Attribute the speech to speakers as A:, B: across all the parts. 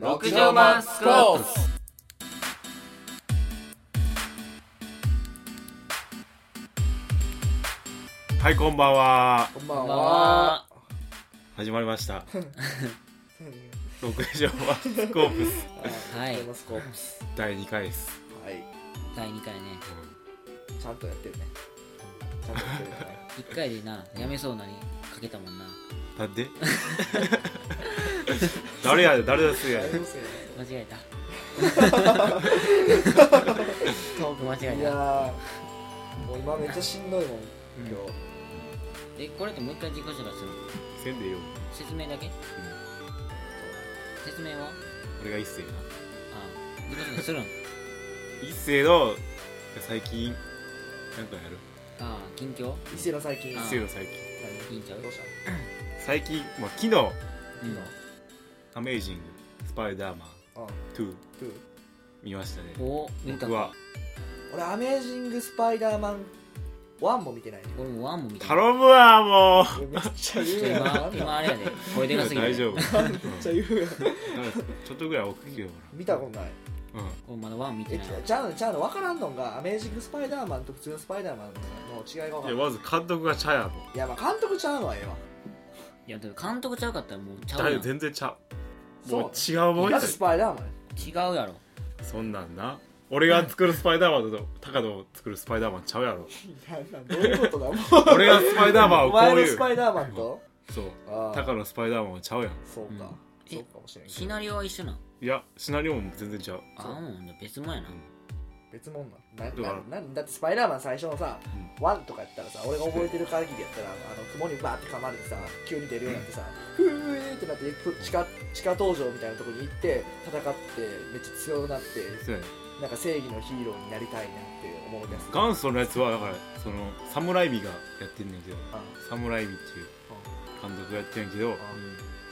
A: 極上マンスコース
B: はいこんばんは
C: こんば
A: こ
C: ん
A: んばん
C: は。
A: は
B: 始まりました 六畳マスコープス
A: はい
C: はい。マスコープス
B: 第二回です、
C: はい。
A: 第2回ね
C: ちゃんとや ってるね。ちゃんとやってるね。
A: 1回でなやめそうなにかけたもんな
B: うん、なんで 誰やで誰だすや
C: 大
B: で
C: 丈夫っすよね
A: 間違えた
C: トーク
A: 間違えた
C: いやー、もう今めっちゃしんどいもん。今
A: えこれってもう一回自己紹介するの
B: せんでよ
A: 説明だけ説明は
B: 俺が一星な
A: あ自己紹介するん
B: 一星の最近なんかやる
A: あ近況
C: 日。伊勢の最近。
A: あ
B: 一
A: ー
B: 星の最
A: い
B: 近
A: いんちゃう
C: どうした
B: 最近まあ昨日
A: うん
B: アメイジングスパイダーマン
C: の？うん。
B: 2
C: トゥー
B: 見ましたね
A: お見た
B: 僕は
C: 俺アメージングスパイダーマンワンも見てないね。
A: 俺もワンも見た
B: 頼むわもう
C: 俺めっちゃ
A: ちょ
C: 言
A: っ
C: う
A: と
C: やん。な
A: 今
C: んだ
A: 今あれやで声でかすぎる
B: 大丈夫
C: めっちゃ言うやん。
B: ちょっとぐらい奥聞けよ
C: 見たことない。
B: ほらうん
A: 俺まだワン見て
C: え
A: ない
C: ちゃうのちゃうの分からんのがアメージングスパイダーマンと普通のスパイダーマンの違いが分
B: い
C: か
B: や
C: んない。
B: まず監督がちゃやと
C: いやまあ監督ちゃうのはええわ。
A: いやでも監督ちゃうかったらもうちゃう
B: 誰
A: や
B: よ
A: ん違
B: 全然ちゃう
C: そう
B: もう違うもん
C: だ
B: や
C: ってスパイダーマ ンや。
A: うやろ
B: そんなんな俺が作るスパイダーマンと高野を作るスパイダーマンちゃうやろ
C: なんなんどういうことだもう
B: 俺がスパイダーマンを
C: お
B: こ
C: 前
B: う
C: の
B: い
C: ス
B: う
C: パイダーマンと
B: そう
C: ああ
B: 高野のスパイダーマンはちゃうやん
C: そうか、
A: うん
C: そうかもしれんけ
A: シ
C: ど
A: ナリオは一緒なん
B: いやシナリオも全然ちゃう
A: ああもう別もんやな
C: 別もんなな
B: だから
C: ななだってスパイダーマン最初のさ、ワンとかやったらさ俺が覚えてる限りやったらあの雲にバーって噛まれてさ急に出るようになってさ、ふーってなってふ地下地下登場みたいなとこに行って戦ってめっちゃ強くなって
B: そうやね
C: なんか正義のヒーローになりたいなって思い出す
B: 元祖のやつはだからそのサムライミがやってんねんけど
C: あ
B: サムライミっていう監督がやってんねんけど
C: あ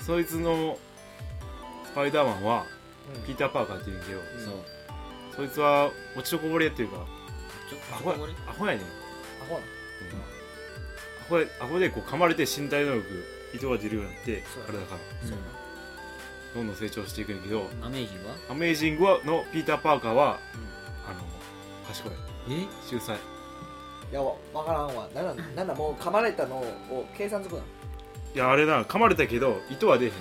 B: そいつのスパイダーマンは
C: うん
B: ピーター・パーカーって言うんけど
C: うん
A: そう
B: そいつは落ちとこぼれっていうか
A: ちょっ
B: ア
A: とこ
B: ホや
A: こで
B: アホやねん
C: アホな
B: アホやアホでこう噛まれて身体能力糸が出るようになって
C: そう
B: 体から
C: そう
B: どんどん成長していくんやけ
A: う
B: ど
A: んアメージングは
B: アメイジングはのピーター・パーカーは、あの賢い
A: え
B: 秀才
C: いやわわからんわなんなんなんなんもう噛まれたのを計算づくない
B: やあれな噛まれたけど糸は出へん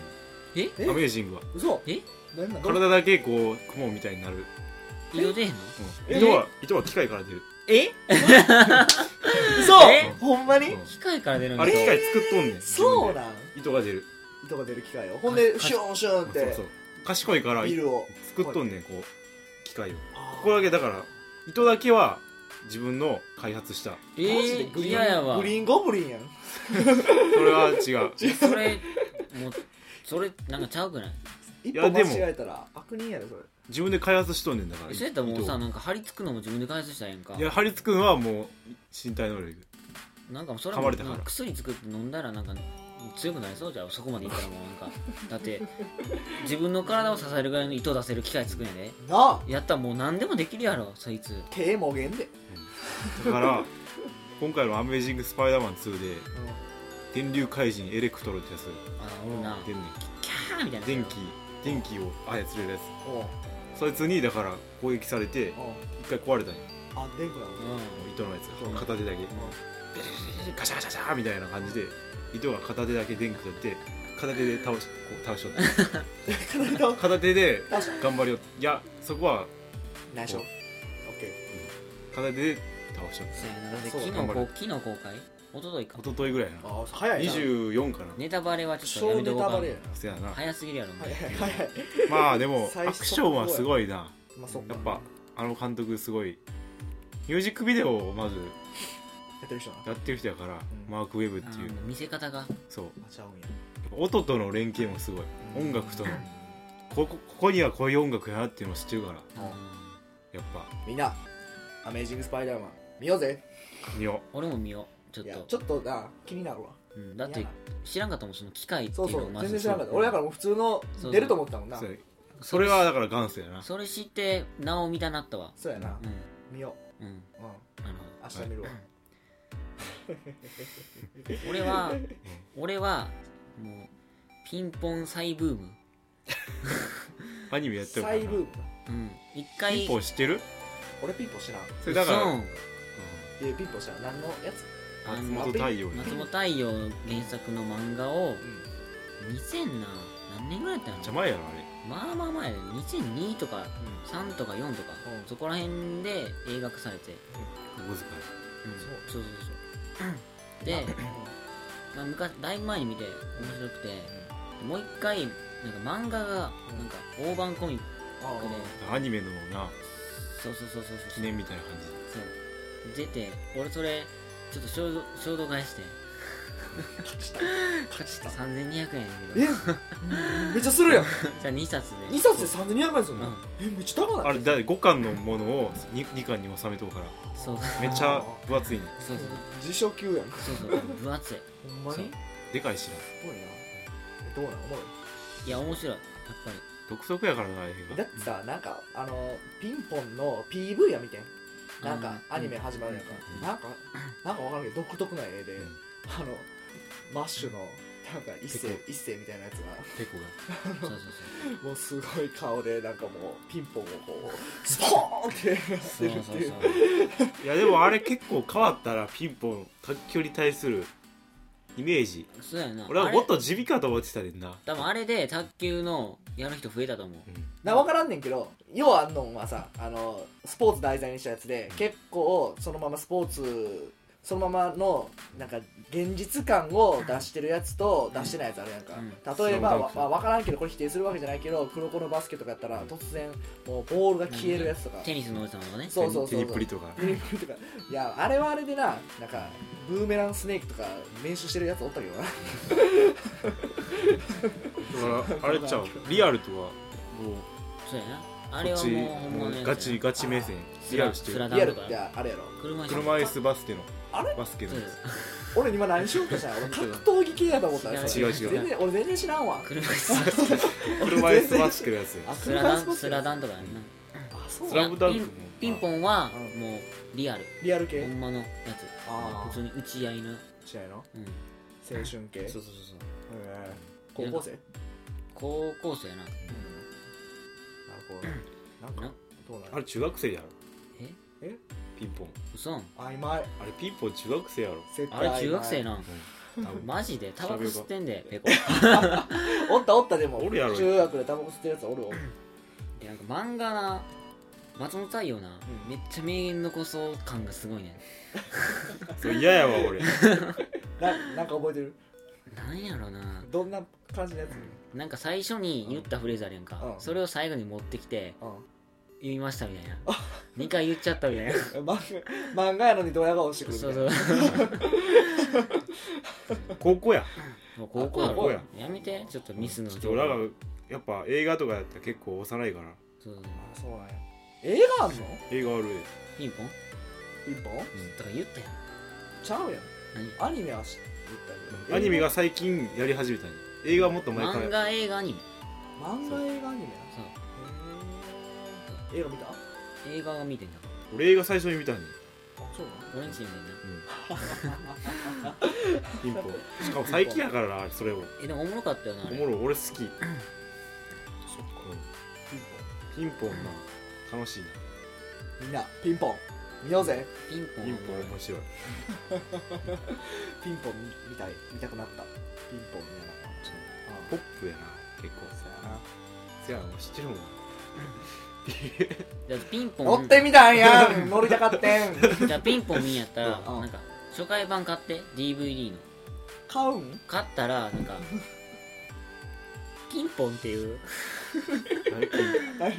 A: え
C: え
B: アメイジングは
C: 嘘
A: え
C: なんなん
B: 体だけこう雲みたいになる、
A: 色出へんの
B: うん
C: え
B: 糸は糸は機械から出る、
A: え
C: 嘘
A: え
C: ほんまに
B: う
A: 機械から出るん
B: ん
A: だ
B: あれ機械作っとんね
C: そう
B: ん、自分
C: なん
B: で糸が出る
C: 糸が出る機械をほんで
A: か
C: シュンシュンっ
B: そう
C: て
B: そう賢いから
C: ビルを
B: 作っとんねんこう機械をこ
C: あ
B: こだけだから糸だけは自分の開発した
A: え
C: マジで
A: ー
C: グリ
A: 嫌や
C: ーン
A: わ
C: グリーンゴブリンやん
B: それは違う
A: それもうそれなんかちゃうくない
C: 一
B: や
C: 歩間
B: でも
C: 違えたら悪人やでそれ
B: 自分で開発しとんねんだから
A: えそれやったらもう
B: 糸
A: さ
B: を
A: なんか張り付くのも自分で開発したらええんか
B: いや張り付くのはもう身体能力
A: なんかそれ
B: 噛ま
A: も
B: れたから
A: なんか薬作って飲んだらなんか強くなりそうじゃんそこまでいったらもうなんかだって自分の体を支えるぐらいの糸出せる機械作るんやで
C: なあ
A: やったらもう何でもできるやろそいつ
C: 手もげんで
B: だから今回の「アメージング・スパイダーマン2」で電流怪人エレクトロってやつ
A: あおるな
B: 出んねん
A: キャーみたいな
B: 電気電気を操れるや
C: おう
B: つそいつにだから攻撃されて
C: おう
B: 一回壊れたんよ
C: あ電気なの
A: う
B: 糸のやつ
C: うん
B: が片手だけガシャガシャガシャみたいな感じで糸が片手だけ電気取って片手で倒しこう倒しとった
C: 体を
B: 片手で
C: 倒した
B: 頑張りよったいやそこは
C: 内緒オ
B: こ
C: ッケ
B: 片手で倒しとっ
A: んそうやなだって
C: そう
A: 昨日
B: 頑
A: こ
B: 張る
A: う昨日公開一昨日か
B: た一昨日ぐらいや
C: ー
B: な
C: あー早いな
B: 24かな
A: ネタバレはちょっとや
C: 小
A: め
C: ネ
A: ておこ
C: タ
A: うか
C: バレやな
B: せやな
A: 早すぎるやろお
C: は
A: 前
C: いはいはいはい
B: まあでも
C: 最
B: ア
C: 初
B: クションはすごいな
C: まあそっか
B: やっぱあの監督すごいミュージックビデオをまず
C: やってる人な
B: やってる人やから、
C: ん
B: マーク・ウェブっていう、
A: うん見せ方が
B: そう
C: あちゃうんや
B: 音との連携もすごい音楽とのここここにはこういう音楽やなっていうのを知ってるか
A: う
B: ら
A: ん
B: やっぱ
C: みんなアメージングスパイダーマン見ようぜ
B: 見よ
A: 俺も見ようちょっ
C: いや
A: と
C: ちょっとな気になるわ
A: うんだって知らんかったもんその機械って
C: そう
A: いう
C: そ
A: のを
C: う
A: まず
C: 全然知らなかった俺だからもう普通の
A: そう
C: 出ると思ってたもん
B: う
C: な
B: それそれはだから元祖やな
A: それ知ってなお見たなったわ
C: そうやな
A: う
C: 見よ
A: んうん
C: ううん
A: なる
C: 明
A: ほど
C: 日見るわ
A: 俺は俺はもうピンポン再ブーム
B: アニメやってるか
C: 再ブー
B: ら
C: ム
A: うん一
B: ピ
A: 回
B: ンポン知ってる
C: 俺ピンポン知らん
B: それだから、
A: う
B: うん
A: ん
C: えピンポン知らん何のやつ
A: あ
B: 松
A: の
B: 本太陽に
A: 松本太陽原作の漫画を
C: うん
A: 2000な何年ぐらいやった
B: じゃ
A: の
B: 前やろあれ
A: まあまあ前で2002とか3とか4とか、
C: うん
A: そこら辺で映画化されて、
B: 小遣い
A: うん
C: そう
A: そうそうそうで、まあ、昔だいぶ前に見て面白くてもう一回なんか漫画がなんか大判コミッ
C: ああ
A: クで
B: アニメのな
A: そうそうそうそうそ
B: 記
A: う
B: 念みたいな感じ
A: そう出て俺それちょっと衝動衝動買いして
C: 勝ちた勝ちた
A: 3200円やけど
C: えめっちゃするやん
A: じゃあ2冊で
C: 2冊で3200円する
A: う
C: の
A: ん
C: えめっちゃ高
B: あ
C: ない
B: れだ5巻のものを 2, 巻に収めとうから
A: そう
B: めっちゃ分厚いね
A: そうそう
C: 自称級やん
A: そうそう分厚い
C: ほんま
A: そう
C: に
B: でかいしな
C: すごいなえどうなのおもろい
A: いや面白いやっぱり
B: 独特やからな映
C: だ
B: 画
C: ってさなんかあのピンポンの PV や見てんなんか
A: あー
C: アニメ始まるやんか
B: うん
C: なんかなんかわからんけど独特な絵で
B: うん
C: あのマッシュのなんか一世
B: 結
C: 一世みたいなやつが
B: 結構が
A: そうそう
C: もうすごい顔でなんかもうピンポンをこうスポーンってやって
A: そう
C: る
A: そう
C: っ
A: そ
C: て
A: う
C: い
A: そうう
B: いやでもあれ結構変わったらピンポン卓球に対するイメージ
A: そうやな
B: 俺
A: あ
B: は
A: れ
B: もっと地味かと思ってたねんな、
A: 多分あれで卓球のやる人増えたと思う
B: うん
C: な分からんねんけど要はあんのんはさあのスポーツ題材にしたやつで結構そのままスポーツそのままのなんか現実感を出してるやつと出してないやつあるやんか、
A: うん
C: 例えば、
B: うん
C: わまあ、分からんけどこれ否定するわけじゃないけど黒子のバスケとかやったら突然もうボールが消えるやつとか、
A: テニスの王子様とかね
C: そうそうそうそう
B: テニプリとか
C: テニプリとかいやあれはあれでななんかブーメランスネークとか練習してるやつおったけどな
B: だからあれちゃうリアルとはも
A: そうやなあ
B: う
A: れ
B: こっ
A: は
B: ち
A: もうほんま
B: も
A: のや
B: う
A: つ
B: ガチガチ目線
A: ス
B: リア
A: ラ
B: ルして
A: スラ
B: る
A: ダ
C: リア
A: ン
C: ル
A: と
C: っ
A: か
C: てあれやろ
A: 車椅子
B: 車椅子バスケの
C: あれ
B: バスケの
A: そう
B: や
A: です
C: 俺今何しようとしたんや俺格闘技系やと思った
A: 違
B: う違う違う
C: 全然俺全然知らんわ
A: 車椅子
B: つ車椅子バスケのやつ
C: あ
A: スラダ
C: スポー
A: ン
C: ツ
A: スラダンとかやんな
C: あそう
B: スラムダンク
A: いや
B: も
A: ピンポンは
C: うん
A: もうリアル
C: リアル
A: ほ
C: 系
A: んまのやつ
C: ああ
A: 普通に打ち合いのうん
C: 試合の青春 系へ
A: そうそうそうそう
C: え高校生うん
A: 高校生やな
C: なるほどなん
A: な
C: かどうな
B: あ
C: の
B: れ中学生やろ
A: え
B: ピンポン
A: 嘘
C: 曖昧
B: あれピンポン中学生やろ
C: 絶
A: あ
C: 対曖
A: れ
C: 昧
A: 中学生な
B: 多分
A: マジでタバコ吸ってんでペコ
C: おったおったでも
B: おるやろ
C: 中学でタバコ吸ってるやつおるわ
A: でなんか漫画な松本太陽な、
C: うん
A: めっちゃ名言残そう感がすごいね
B: それ嫌やわ俺
C: ななんか覚えてる
A: なんやろな
C: どんな感じのやつ
A: なんか最初に言ったフレーズあるやんか、
C: うん
A: それを最後に持ってきて
C: う
A: 言いましたみたいな2回言っちゃったみたいなそ
C: ん漫画漫画やのにドヤ顔してく
A: う
C: るみた
A: そ
C: いうな
B: 高校や
A: もう高校
B: あ高校
A: や
B: や
A: やめてちょっとミスの
B: ち
A: 情
B: ょっと
A: 報
B: 俺らがやっぱ映画とかやったら結構幼いから
A: そうそ
C: あ
A: う
C: そうなんや映画あんの
B: 映画ある
A: ピンポン
C: 一本
A: とか言ったやん
C: ちゃうやん
A: 何
C: アニメは知ったけど
B: アニメが最近やり始めたんや映画はもっと前から
A: 漫画映画にも
C: 漫画映画アニメや
A: そう
C: へえ映画見たあ
A: 映画が見てんだ
B: 俺映画最初に見たんや
C: そうなの
A: 俺んちに見てんな
B: ピンポンしかも最近やからなそれも
A: えでもおもろかったよなあ
B: お
A: れ
B: もろい俺好き
C: そっかピンポン
B: ピンポンな楽しいな
C: みんなピンポン見ようぜ
A: ピンポン
B: ピン
A: は
B: ポン面白い
C: ピンポン見たい見たくなったピンポン見ながらちょっ
B: ポ
C: と
B: ップやな結構
C: ああ
B: せやなもう知ってるもん
A: だってピンポン
C: 乗ってみたんやん乗りたかってん
A: じ ゃあピンポン見んやったら
C: うん
A: なんか初回版買って DVD の
C: 買うん
A: 買ったらなんかピンポンっていう
B: 何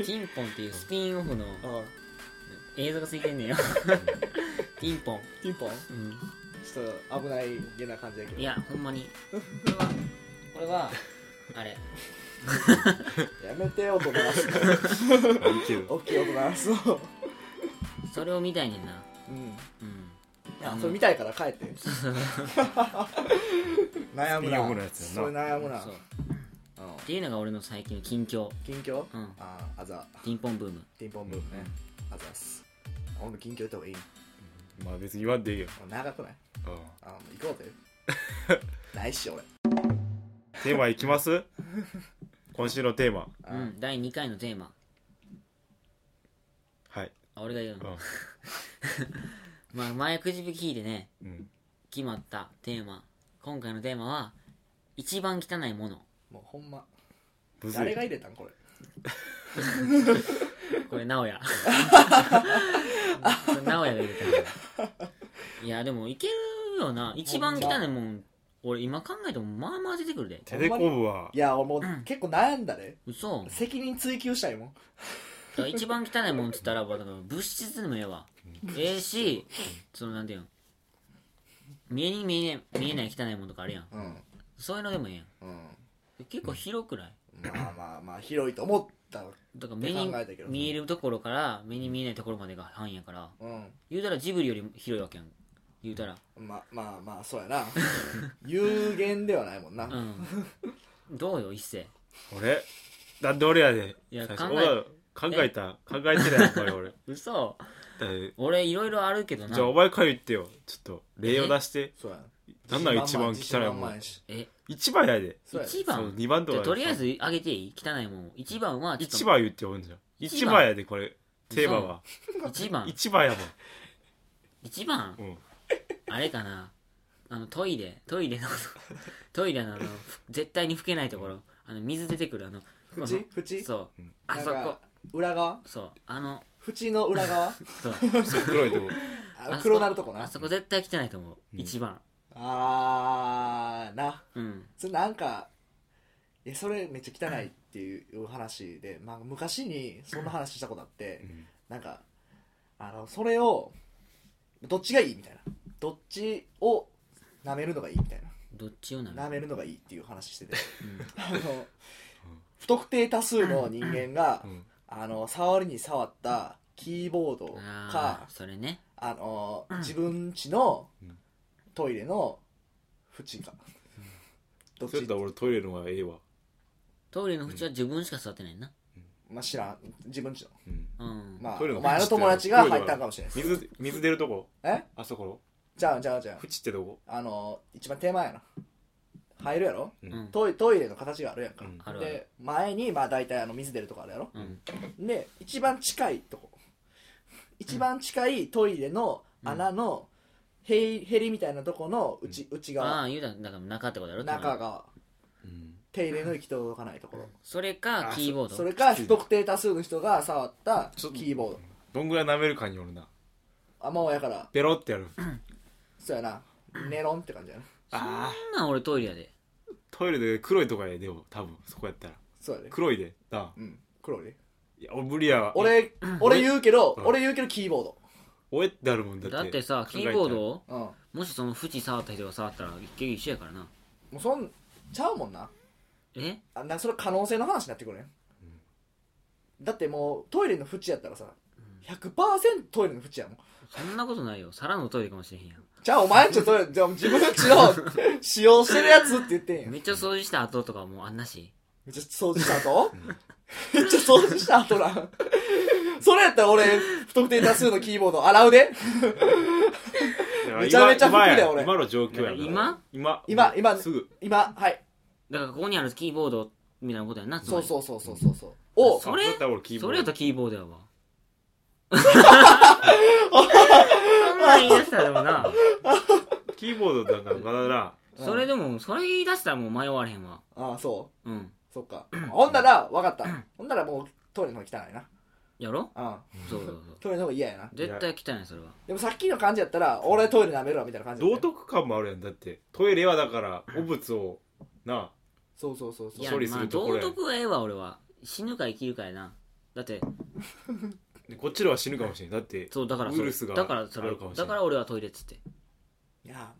B: ピン
A: ピンポ
B: ポン
A: ンっていうスピンオフの
C: うん
A: 映像がついてんねん よピンポン、
C: ピンポン
A: う
C: ちょっと危ないげな感じだけど
A: ん、いやほんまにこれはこれはあれ
C: やめてよ大人らしい
B: いいけど
C: 大きい大人らしそう
A: それを見たいねんな
C: うん
A: うん
C: いやそれ見たいから帰って 悩む
B: スピンオ
C: な
B: フのやつやな
C: それ悩むな
A: そうっ
C: うん
A: ていうのが俺の最近の近況
C: 近況
A: うん
C: あーあざ
A: ピンポンブーム
C: ピンポンブームねあざっす俺も近況行った方がいい
B: まあ別に言わんでいいよ
C: 長くない
B: うん
C: あも う行こうぜないっしょ俺
B: テーマいきます今週のテーマ
C: あ
A: う
C: ー
A: ん第2回のテーマ
B: はい、
A: あ俺が言うの、
B: う
A: まあ前くじ引きでね
B: んうん、
A: 決まったテーマ今回のテーマは一番汚いもの
C: もうほんま
B: むず
C: 誰
B: い
C: が入れたんこれ
A: これ直哉これ直哉が入れたんだいやでもいけるよな一番汚いもん俺今考えてもまあまあ出てくるで
B: テレコムはい
C: や俺もう
A: うん
C: 結構悩んだね
A: 嘘だか
C: 責任追及したいもん
A: ら一番汚いもんっつったらばだから物質でもええわええしそのなんていうの見えに見えね見えない汚いもんとかあるやん
C: うんうん
A: そういうのでもええやん結構広くない
C: まあまあまあ広いと思った
A: だから目に
C: って考えたけど
A: 見えるところから目に見えないところまでが範囲やから
C: う
A: 言うたらジブリよりも広いわけやん言うたら
C: んまあまあまあそう やな有限ではないもんな、
A: うんどうよ一世
B: 俺なんで俺やね
A: いや
B: 最初
A: 考え
B: お前考えた考えてないお前 俺
A: 嘘
B: だって
A: 俺いろいろあるけどな
B: じゃあお前から言ってよちょっと例を出して
C: そうやな
B: なんなん一番汚い
C: 自信満
B: も
C: 々や
B: ん
C: し
A: え
B: 一番やで
C: そうや
A: 一
B: そう
A: 番
B: 二番と
A: じゃあ
B: か
A: とりあえず上げていい汚いもん一番はちょっと
B: 一番言っておんじゃん
A: 一
B: 一
A: 番
B: 番やでこれテーマは
A: 一番
B: 一番や
A: 一番
B: もんうん
A: あれかなあのトイレトイ レのトイレのあのふ絶対に拭けないところあの水出てくるあの
C: 縁縁
A: そう
B: うん
A: あそ
C: なん
A: こ
C: か裏側
A: そうあの
C: 縁の裏 側
A: そう
B: 黒いとこ
C: あ
A: あ
C: の
A: そこ
C: 黒なるとこな
A: あそこ絶対汚いと思う
B: うん
A: 一番
C: あーな
A: うん
C: それなんかいやそれめっちゃ汚いっていう話で、まあ、昔にそんな話したことあって、
B: うん
C: なんかあのそれをどっちがいいみたいなどっちを舐めるのがいいみたい
A: どっちをな
C: な舐
A: の
C: めるのがいいっていう話してて
A: うん
C: あの不特定多数の人間が、
B: うん
C: あの触りに触ったキーボード
A: あ
C: か
A: あそれね
C: あの、自分家の
B: うん
C: トイレの縁か、どっ
B: それ
C: ち
B: だったら俺トイレの方がええわ
A: トイレの縁は自分しか座ってないな
C: まあ、知らん自分家の、
B: うん
A: うん
C: まあ、
B: トイレ
C: お
B: の
C: 前の友達が入ったんかもしれないです
B: 水水出るとこ
C: え
B: あそこ
C: じゃあじゃあじゃ
B: の縁ってどこ
C: ああの一番手前やな入るやろ
B: う
A: うん
C: トイトイレの形があるやんか、
B: うん
A: あるある
C: で前にまあ大体あの水出るとこあるやろ
A: うん
C: で一番近いとこ一番近いトイレの穴のへりへりみたいなとこの内内
A: あ
C: 側
A: あ言うたらだから中ってことやろ
C: 中側
B: うん
C: 手入れの行き届かないところ
A: それか
B: あ
A: キーボード
C: それか不特定多数の人が触ったキーボード
B: どんぐらい舐めるかによるな
C: あもうやから
B: ペロってやる
C: そうやなネロンって感じやな
B: ああ
A: そんなん俺トイレやで
B: トイレで黒いとこやででも多分そこやったら
C: そうやで
B: 黒いでなあ
C: うん黒いで
B: いや俺無理やわ
C: 俺俺言うけど
B: うん
C: 俺言うけどキーボード
B: おえってあるもんだって
A: だってさキーボード
B: 考
A: を
C: うん
A: もしその縁触った人が触ったら結局一緒やからな
C: もうそんちゃうもんな
A: え
C: あなそれ可能性の話になってくるね、ん、だってもうトイレの縁やったらさ100%トイレの縁やもん
A: そんなことないよ皿のトイレかもしれへんやん
C: じゃあお前んちのトイレじゃあ自分んちの使用してるやつって言ってんやんめ
A: め
C: っ
A: っちゃ掃除した後とかもうあんなし
C: ちゃ掃除した後めっちゃ掃除した後なそれやったら俺不特定多数のキーボード洗うで
B: えたら
C: めちゃめちゃ
B: 今
C: 服だよ
B: 今や
C: 俺
B: 今の状況やな
A: 今
B: 今
C: 今今
B: すぐ
C: 今はい
A: だからここにあるキーボードみたいなことやんなつま
C: そう
A: り
C: そうそうそうそうそうお
A: それ
B: あだったら俺キーボ
A: そ
B: ー
A: れ
B: ド
A: やったらキーボードや わそんなん言い出したらでもな
B: キーボードだからまだな
A: それでもそれ言い出したらもう迷われへんわ
C: ああそ
A: うん
C: うそっかほんなら分かったほんならもうトイレの方が汚い
A: やろ
C: なうん
A: そうそうそう
C: トイレの方が嫌やな
A: 絶対汚いそれは
C: でもさっきの感じやったら俺トイレ舐めるわみたいな感じだ
B: 道
C: ね
B: 徳感もあるやんだってトイレはだから汚物をな
C: そうそうそうそ
A: いうや
B: 処理す
A: まあ
B: るところ
A: 道
B: や
A: 徳はええわ俺は死ぬか生きるかやなだって
B: でこっちのは死ぬかもしれんだって
A: そうだから
B: ウイルスが
A: だからそれ
B: あるかもしれ
A: だ
B: ん
A: から俺はトイレっつってだか
C: いや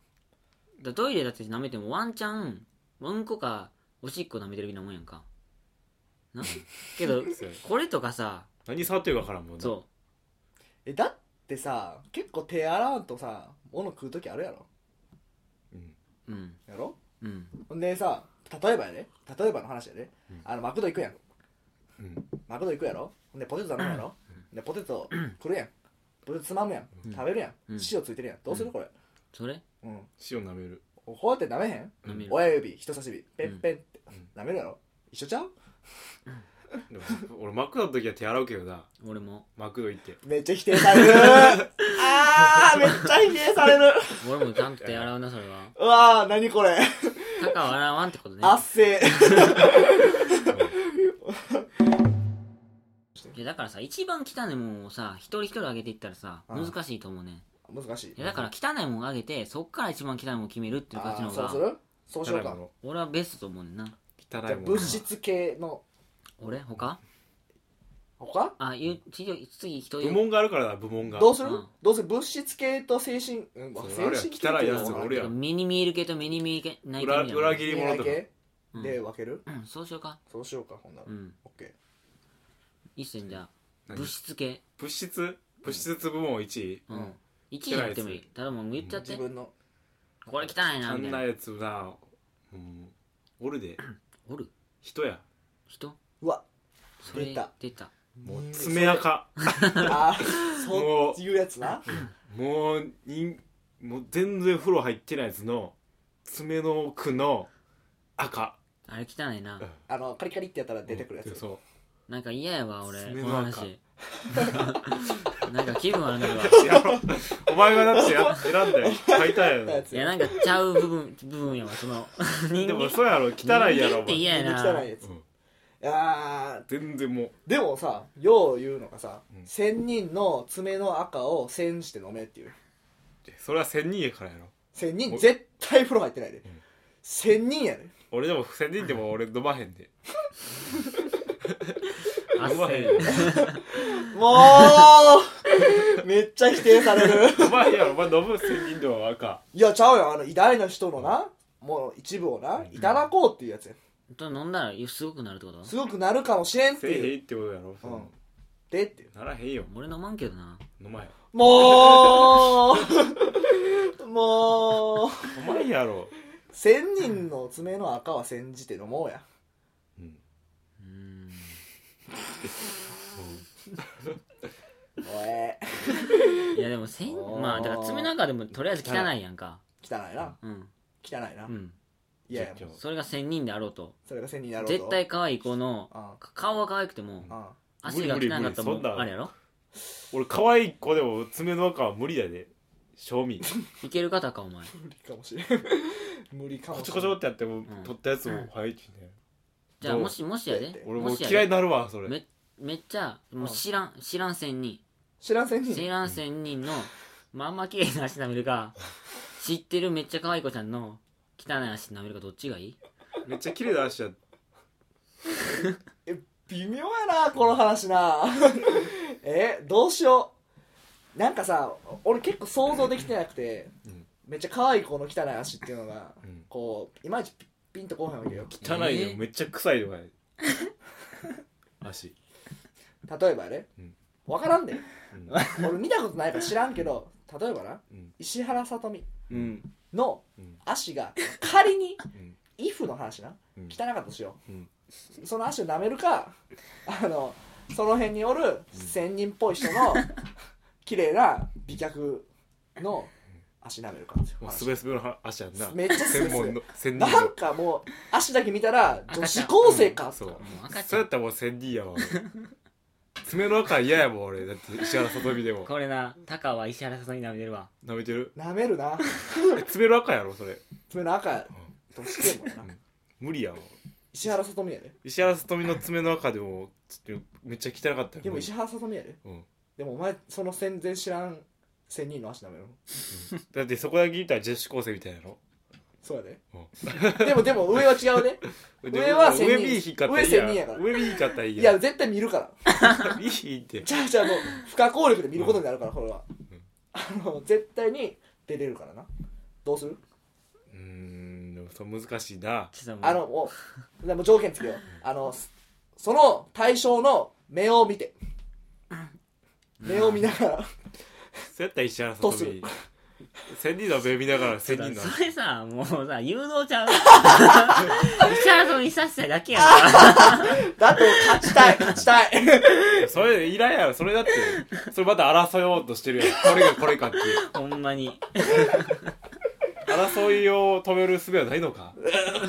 A: らトイレだって舐めてもワンチャンうんこかおしっこ舐めてるみたいなもんやんか なけど
B: そうや
A: これとかさ
B: 何触ってるか分からんもんな
A: そ
C: えだってさ結構手洗わんとさ物食う時あるやろ
B: うん
A: ううん
C: やろ
A: うん
C: ほんでさ例えばやで例えばの話やで、
B: うん
C: あのマクド行くやん
B: うん
C: マクド行くやろほんでポテト頼むやろ、でポテトくるやんポテトつまむやん、
B: うん
C: 食べるやん、
A: うん
C: 塩ついてるやんどうするこれ
A: それ
C: うん、
B: 塩舐める
C: こうやって舐めへん
A: 舐める
C: 親指人差し指ペンペンって、
B: うん
C: 舐めるやろ一緒ちゃう
B: でも俺マクドの時は手洗うけどな
A: 俺も
B: マクド行って
C: めっちゃ否定されるあーめっちゃ否定される
A: 俺もちゃんと手洗うなそれは
C: うわー何これ
A: タカは洗わんってことね
C: 圧せ
A: いやだからさ一番汚いもんをさ一人一人上げていったらさ
C: うん
A: 難しいと思うねん
C: 難しい
A: いやだから汚いもん上げてそっから一番汚いもん決めるっていう
C: あ
A: 感じの
C: ーそうす
A: 方が
C: るそうしようか
A: 俺はベストと思うねんな
B: 汚いもん
C: じゃあ
B: 汚いもん
C: 物質系の
A: 俺他
C: 他
A: あゆ次次人
B: 部門があるからな部門が
C: どうする
A: うん
C: どうせ物質系と精神うん
B: そう
C: 精神系って
B: あれ
C: うの
B: や汚いやつが
C: かな
B: おるやん
A: 目に見える系と目に見えない系みた
B: 裏
A: いな
B: 裏切り
C: 恋
B: 者
C: 愛
B: とか
C: 系
A: うん
C: で分ける
A: うんそうしようか
C: そうしようかほんなら
A: うん
C: オッケ
A: 一戦じゃあ
B: 何
A: 物質系
B: 物質物質部門1位
A: う
C: うんん
A: 1位やってもいいただもう言っちゃ
C: ー
A: って
C: 自分の
A: これ汚いな
B: あ
A: み
B: ん
A: た
B: ない
A: な
B: やつなうんおるで
A: おる
B: 人や
A: 人
C: う わ
A: それ
C: 出た
A: 出た
B: もう
C: うん
B: 爪垢
C: あー
B: も
C: そ
B: う
C: ういうやつな
B: もう人もう全然風呂入ってないやつの爪の奥の赤
A: あれ汚いな
C: あのカリカリってやったら出てくるやつ
B: そう
A: なんか嫌やわ俺
B: 爪
A: こ
B: の
A: の
B: 赤
A: 話なんか気分悪な るわ
B: やろお前がだってや選んだよ買いたいやろ
C: やつ
A: いやなんかちゃう部分部分やわその人
B: でも
A: 間
B: そうやろ汚いや
A: 人間
B: ろお
A: って
B: 前
A: 嫌やな
C: 汚いやつ
B: うん
C: あー
B: 全然もう
C: でもさよう言うのがさ
B: うん
C: 千人の爪の赤を煎じて飲めっていう
B: それは千人やからやろ
C: 千人
B: お
C: 絶対風呂入ってないで
B: ん
C: 千人やね
B: 俺でも千人でも俺飲まへんで
A: あっ
B: 飲まへん
A: せ
B: よ
C: もうめっちゃ否定される
B: 飲まへんやろお前飲む千人でも赤
C: いやちゃうよあの偉大な人のなもう一部をないただこうっていうやつや
A: と飲んだらすごくなるってこと
C: すごくなるかもしれんって
B: せえへ
C: い
B: ん
C: う
B: ってことやろ、
C: うんでっていう
B: ならへんよ
A: 俺飲まんけどな
B: 飲まへん
C: もうもう
B: お前やろ、
C: 千人の爪の赤は煎じて飲もうや
B: うん、
A: うーん
C: おえ
A: いやでもせん
C: おー
A: まあだから爪の中でもとりあえず汚いやんか
C: 汚いな
A: うん
C: 汚いな
A: うん
C: いやいや
B: じゃあ
A: それが1000人であろうと
C: それが千人やろうと
A: 絶対可愛い子の
C: あ
A: か顔は可愛くても
C: ああ
A: 足が汚かったらも
B: 無理無理無理そんなん
A: あれやろ
B: 俺可愛い子でも爪の赤は無理やで賞 味
A: いける方かお前
C: 無理かもしれん無理か
B: こ
C: もし
B: ちょ
C: れ
B: こ
C: ん
B: ちょってやっても、
A: ん
B: 取ったやつも入ってね
A: じゃあ
B: どう
A: もしもしやで
B: 俺
A: も
B: もう
A: しやで
B: 嫌いになるわそれ
A: めめっちゃもう知らん知らん1000人
C: 知らん千
A: 知
C: 人
A: らん1000人のまあんま綺麗な足舐めるか知ってるめっちゃ可愛い子ちゃんの汚い足舐めるかどっちがいい
B: めっちゃ綺麗な足や
C: 微妙やなこの話 なえどうしようなんかさ俺結構想像できてなくて、
B: うん
C: めっちゃ可愛い子の汚い足っていうのが、
B: うん
C: こういまいちピピンとこうへんわけよ
B: 汚いよ、
A: えー
B: めっちゃ臭いよお前足、
C: 例えばね、
B: うん
C: わからんで
B: うん
C: 俺見たことないから知らんけど例えばな
B: うん
C: 石原さとみ
B: うん
C: の
B: うん
C: 足が仮に
B: うん
C: イフの話な
B: うん
C: 汚かったとしよう、
B: うん
C: その足を舐めるかあのその辺におる仙人っぽい人の綺麗な美脚の足舐めるかっていう
B: もう
C: 話
B: すべすべのは足やんな
C: めっちゃス
B: 専
C: ベス
B: 門
C: ベ
B: の専人
C: なん
B: の
C: かもう足だけ見たら女子高生か
B: そう
A: もう赤ち
B: そう
A: ゃ
B: や
A: ん
B: ったらもう千人やわ俺爪の赤嫌やもん俺だって石原さとみでも
A: これなタカは石原さとみ舐めてるわ
B: 舐めてる
C: 舐めるな
B: え爪の赤やろそれ
C: 爪の赤としてもな
B: 無理やわ
C: 石原さとみやで
B: 石原さとみの爪の赤でもちょっとめっちゃ汚かったよ
C: でも石原さとみやで
B: うん、
C: でもお前その全然知らん仙人の足舐めるの
B: だってそこだけ見たら女子高生みたいやろ
C: そうやででもでも上は違うで上は仙人
B: 上 B 引かったらいいや
C: 上仙人やから
B: 上 B 引かったらいい
C: い
B: や
C: や絶対見るから
B: いいって
C: じゃあじゃあもう不可抗力で見ることになるからこれは、
B: ん
C: あの絶対に出れるからなどうする
B: うーんでもそう難しいな
A: ちょっともう
C: あのもうでも条件つけようあのその対象の目を見て目を見ながら
B: そうやったら石原さ
C: どう
B: と
C: す
B: み
C: る
B: 千人の目見ながら千人の
A: それさもうさ誘導ち ゃう石原さとみさせただけやんか
C: だと勝ちたい勝ちたい
B: それいらんやろそれだってそれまた争おうとしてるやんこれがこれかっていう
A: ほんまに
B: 争いを止める術はないのか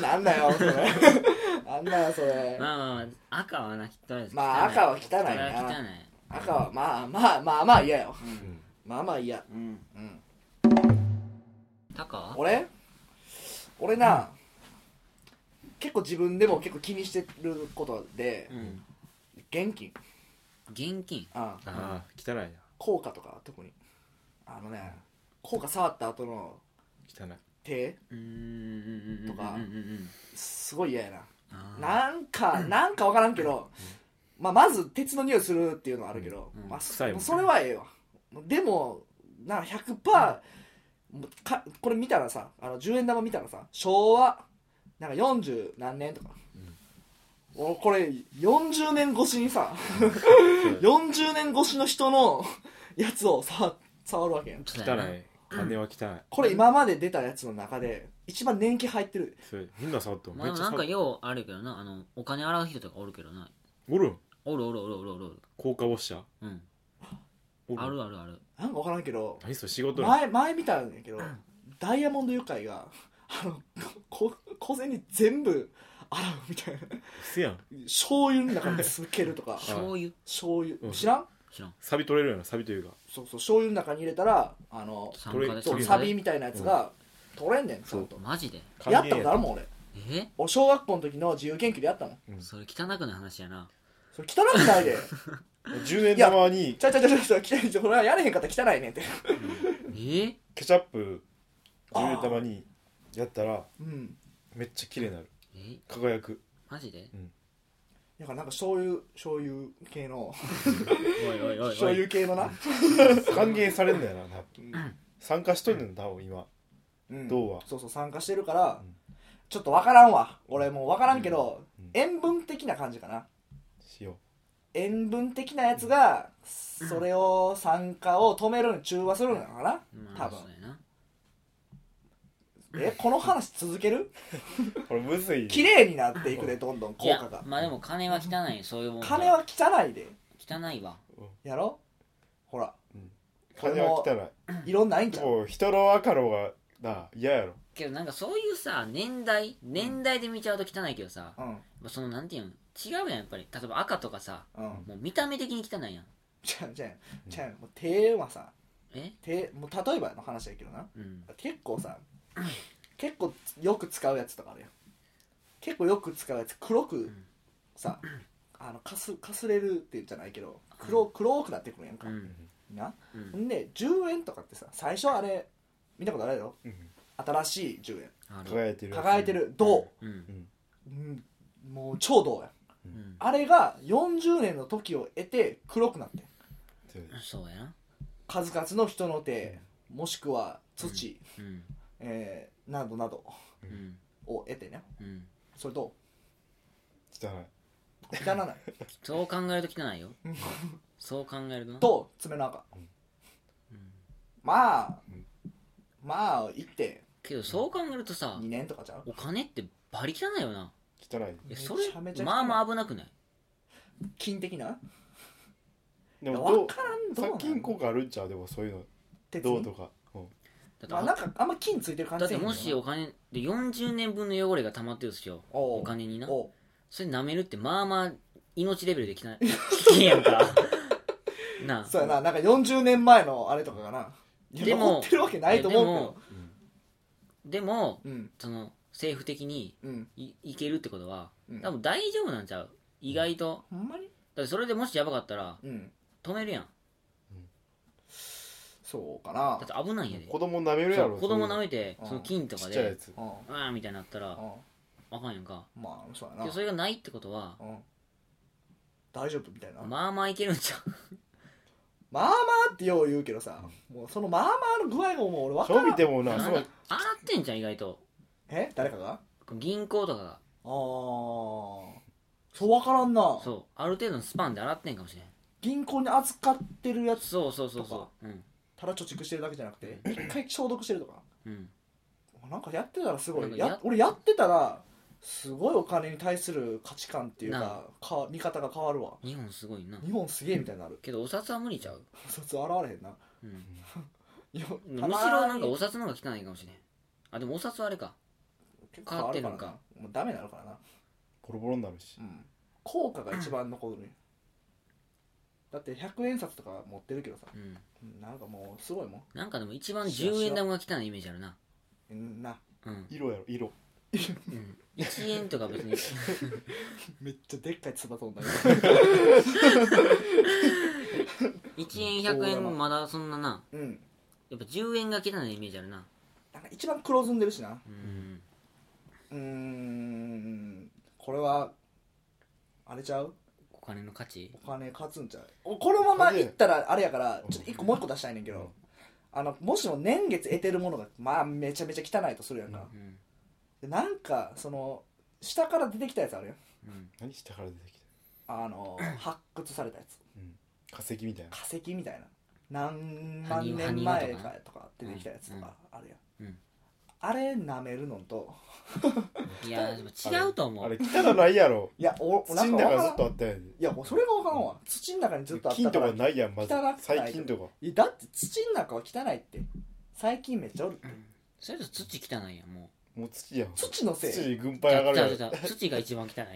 C: なんだよそれなんだよそれ
A: まあまあまあ赤はな汚いです
C: まあ赤は汚いな
A: それは汚い
C: 赤はまあまあまあまあ嫌よ
B: うん
C: まあまあ嫌
A: うん
C: うん
A: タカ
C: 俺俺な、結構自分でも結構気にしてることで
A: う、ん
C: 現金
A: 現金
C: ああ
B: ああ汚いな
C: 効果とか特にあのね効果触った後の
B: 汚い
C: 手
A: うんうんうんうん
C: とか
A: うんうんうん
C: すごい嫌やな
A: あー
C: なんかなんか分からんけど、まあ、まず鉄の匂いするっていうのはあるけど、
A: うんうん
C: まあ、
B: 臭いもんね
C: それはええわでもな100%、もうかこれ見たらさあの10円玉見たらさ昭和なんか40何年とか、おこれ40年越しにさ 40年越しの人のやつを触触るわけやん
A: そう
B: 汚
A: やない
B: 金は汚い
C: これ今まで出たやつの中で一番年季入ってる
B: それみんな触った
A: ま
B: め
A: あ
B: っちゃ
A: なんか
B: 触った
A: ようあるけどなあのお金洗う人とかおるけどな
B: おるん
A: おるおるおるおるおるおる
B: 効果ウォッシャー
A: うん
B: お
A: あ
B: ん
A: るあるある
C: なんか分からんけど
B: 何それ仕事なの
C: 前前見たんやけどダイヤモンド愉快があのこ小銭全部洗うみたいな
B: せやん
C: 醤油の中につけるとか
A: 醤油
C: 醤油
B: うん
C: 知らん
A: 知らん
B: サビ取れるようなサビというか
C: そうそう醤油の中に入れたらあの
A: 参
B: これ
A: 加で
B: そ
C: そうう
A: 参
C: サ
A: 加で
C: ビみたいなやつが取れんねんちゃんと
A: マジで
C: やったことあるも
B: も
C: ん俺
A: え
C: 俺小学校の時の自由研究でやったもん
B: うん
A: それ汚くない話やな
C: それ汚くないで
B: 10年玉に
C: ちゃうちゃうちゃうちゃう汚い俺はやれへんかったら汚いねんって
A: え
B: ケチャップ10円玉にやったら
C: うん
B: めっちゃ綺麗になる
A: え
B: 輝く
A: マジで
C: だからなんか醤油醤油系の
A: おいおいおい
C: 醤
A: お
C: 油
A: い
C: 系のな
B: 還元されんだよな多分参加しとんねんな多分今
C: うん
B: どうは
C: そうそう参加してるから、
B: うん
C: ちょっと分からんわ俺もう分からんけど、
B: うんうん
C: 塩分的な感じかな
B: しよ
C: 塩分的なやつがそれを酸化を止めるの中和するのかな、
A: ま
C: 多
A: あ
C: 分
A: そうやな
C: えこの話続ける
B: うこれむずい
C: 綺麗になっていくでどんどん
A: い
C: 効果
A: や
C: が
A: まあでも金は汚いそういうもん
C: 金は汚いで
A: 汚いわ
C: やろほら
B: 金は汚
C: いろんなんないん
B: い
C: ち
B: で
C: ゃう
B: も人の赤のがな嫌やろ
A: けどなんかそういうさ年代年代で見ちゃうと汚いけどさ、
C: うん
A: まあそのなんていうの違うやんやっぱり例えば赤とかさ
C: うん
A: もう見た目的に汚いやん
C: じゃんじゃんじゃんもう手はさ
A: え
C: 手もう例えばの話やけどな
A: うん
C: 結構さ結構よく使うやつとかあるやん結構よく使うやつ黒く
A: ん
C: さあのかすかすれるっていうんじゃないけど黒黒くなってくるやんか、
A: うん
C: な、
A: うん
C: んで10円とかってさ最初あれ見たことあるやろ
B: うん
C: 新しい10
A: ある
B: 輝いて
C: 円
B: る
C: 輝いてる銅、
A: うん
C: うん、もう超銅やん
A: うん
C: あれが40年の時を経て黒くなってん
A: そうやな
C: 数々の人の手もしくは土、
A: うん
C: えーなどなど
A: うん
C: を得てね
A: うん
C: それどう
B: 汚い
C: 汚ない
A: そう考えると汚 いよそう考えるとな
C: と爪の赤、
A: うん
C: まあ、
B: うん
C: まあ1.2
A: けどそう考えるとさ
C: 年とかじゃん
A: お金ってバリ汚いよな
B: 汚い
A: いや
C: め
A: それ
C: ちゃめちゃ汚い
A: まあまあ危なくない
C: 金的な
B: で
C: 分からんどうな
B: 殺
C: の
B: 菌効果あるんちゃうでもそういうの
C: 鉄
B: 銅
C: に
B: とかうん
A: だって
C: あなんかあんま金ついてる感
A: だ
C: じ
A: っ
C: せ
A: て
C: えへんよ
A: も
C: な
A: しお金で40年分の汚れが溜まってるとしよう
C: おう
A: お金にな
C: おう
A: それ舐めるってまあまあ命レベ ルで汚い危険やんかなあ
C: そうやななんか40年前のあれとかかないや
A: でも
C: 残ってるわけないと思うけ
A: いやで
C: ど
A: もでも
C: うん
A: その政府的に
C: うん
A: いいけるってことは
C: うん
A: 多分大丈夫なんちゃう意外と
C: ほんまに
A: だってそれでもしやばかったら
C: うん
A: 止めるやん
C: そうかな
A: だって危ないんやで
B: 子供舐めるや
A: そ
B: ろ
A: う子供
B: そう
A: 舐めて
C: うん
A: その金と
B: ち
A: か
B: っちゃいや
A: で
B: つ
C: うん
A: うわーみたいになったら
C: う
A: あかんやんか
C: んまあそうやな
A: けどそれがないってことは
C: うん大丈夫みたいなま
A: まあまあいけるんちゃう
C: あまあってよう言うけどさもうそのまあまあの具合がもう俺分
B: そう
C: から
B: 見
C: ん
B: てもな
A: な
B: そ
A: ん
B: う
A: か洗ってんじゃん意外と
C: え誰かがあ
A: 銀行とかが
C: あーそう分からんな
A: そうある程度のスパンで洗ってんかもしれん
C: 銀行に預かってるやつ
A: そうそうそ
C: と
A: う
C: か
A: そううん
C: ただ貯蓄してるだけじゃなくて一回消毒してるとか
A: うん
C: なんかやってたらすご
A: なん
C: い
A: か
C: や
A: や
C: 俺やってたらすごいお金に対する価値観っていうかか見方が変わるわ
A: 日本すごいな
C: 日本すげえみたいになる
A: けどお札は無理ちゃう
C: そいつ現れへんな
A: うん
C: いや
A: むし
C: ま
A: た
C: ーに
A: ろなんかお札の方が汚いかもしれんあでもお札はあれか
C: 結
A: 変わってるんか
C: 変わるからなもうダメなのからな
B: ボロボロになるし
C: うん効果が一番残るね、だって100円札とか持ってるけどさ
A: うん
C: うんなんかもうすごいもん
A: なんかでも一番10円玉が汚いイメージあるな
C: うんな
A: うん、
B: 色やろ色
A: うん、1円とか別に
C: めっちゃでっかいつば飛んだよ
A: 1円100円もまだそんなな
C: うん
A: やっぱ10円が汚いイメージあるな
C: なんか一番黒ずんでるしな
A: うん
C: うーんこれはあれちゃう
A: お金の価値
C: お金勝つんちゃうおこのまま
B: 金
C: いったらあれやからちょっと一個もう一個出したいねんけど、あのもしも年月得てるものがまあめちゃめちゃ汚いとするやんか
A: う、ん
C: でなんかその下から出てきたやつあるやん
A: うん
B: 何下から出てきた
C: あの発掘されたやつ
B: 化石みたいな
C: 化石みたいな何万年前かとか出てきたやつとかあるやん、
A: うん
C: あれ舐めるのと
A: いやでも違うと思
B: あれ
A: う
B: 汚ないやろ
C: いやお
B: 土
C: なん
B: の
C: かわ
B: 中
C: か
B: ず
C: ら
B: っ
C: ん
B: とあったやん
C: いやもうそれが分からんわ土の中にずっとあった
B: 金
C: か
B: と
C: ら
B: かないやんまず
C: 汚くないと
B: 最近とか
C: いやだって土の中は汚いって最近めっちゃおるって
A: それと土汚いやんも
B: もう土やん
C: 土のせ
B: 土
C: い
B: に軍
A: う
B: 配上がるや
A: ちゃ
B: ろ
A: うちゃうちゃう土が一番汚いや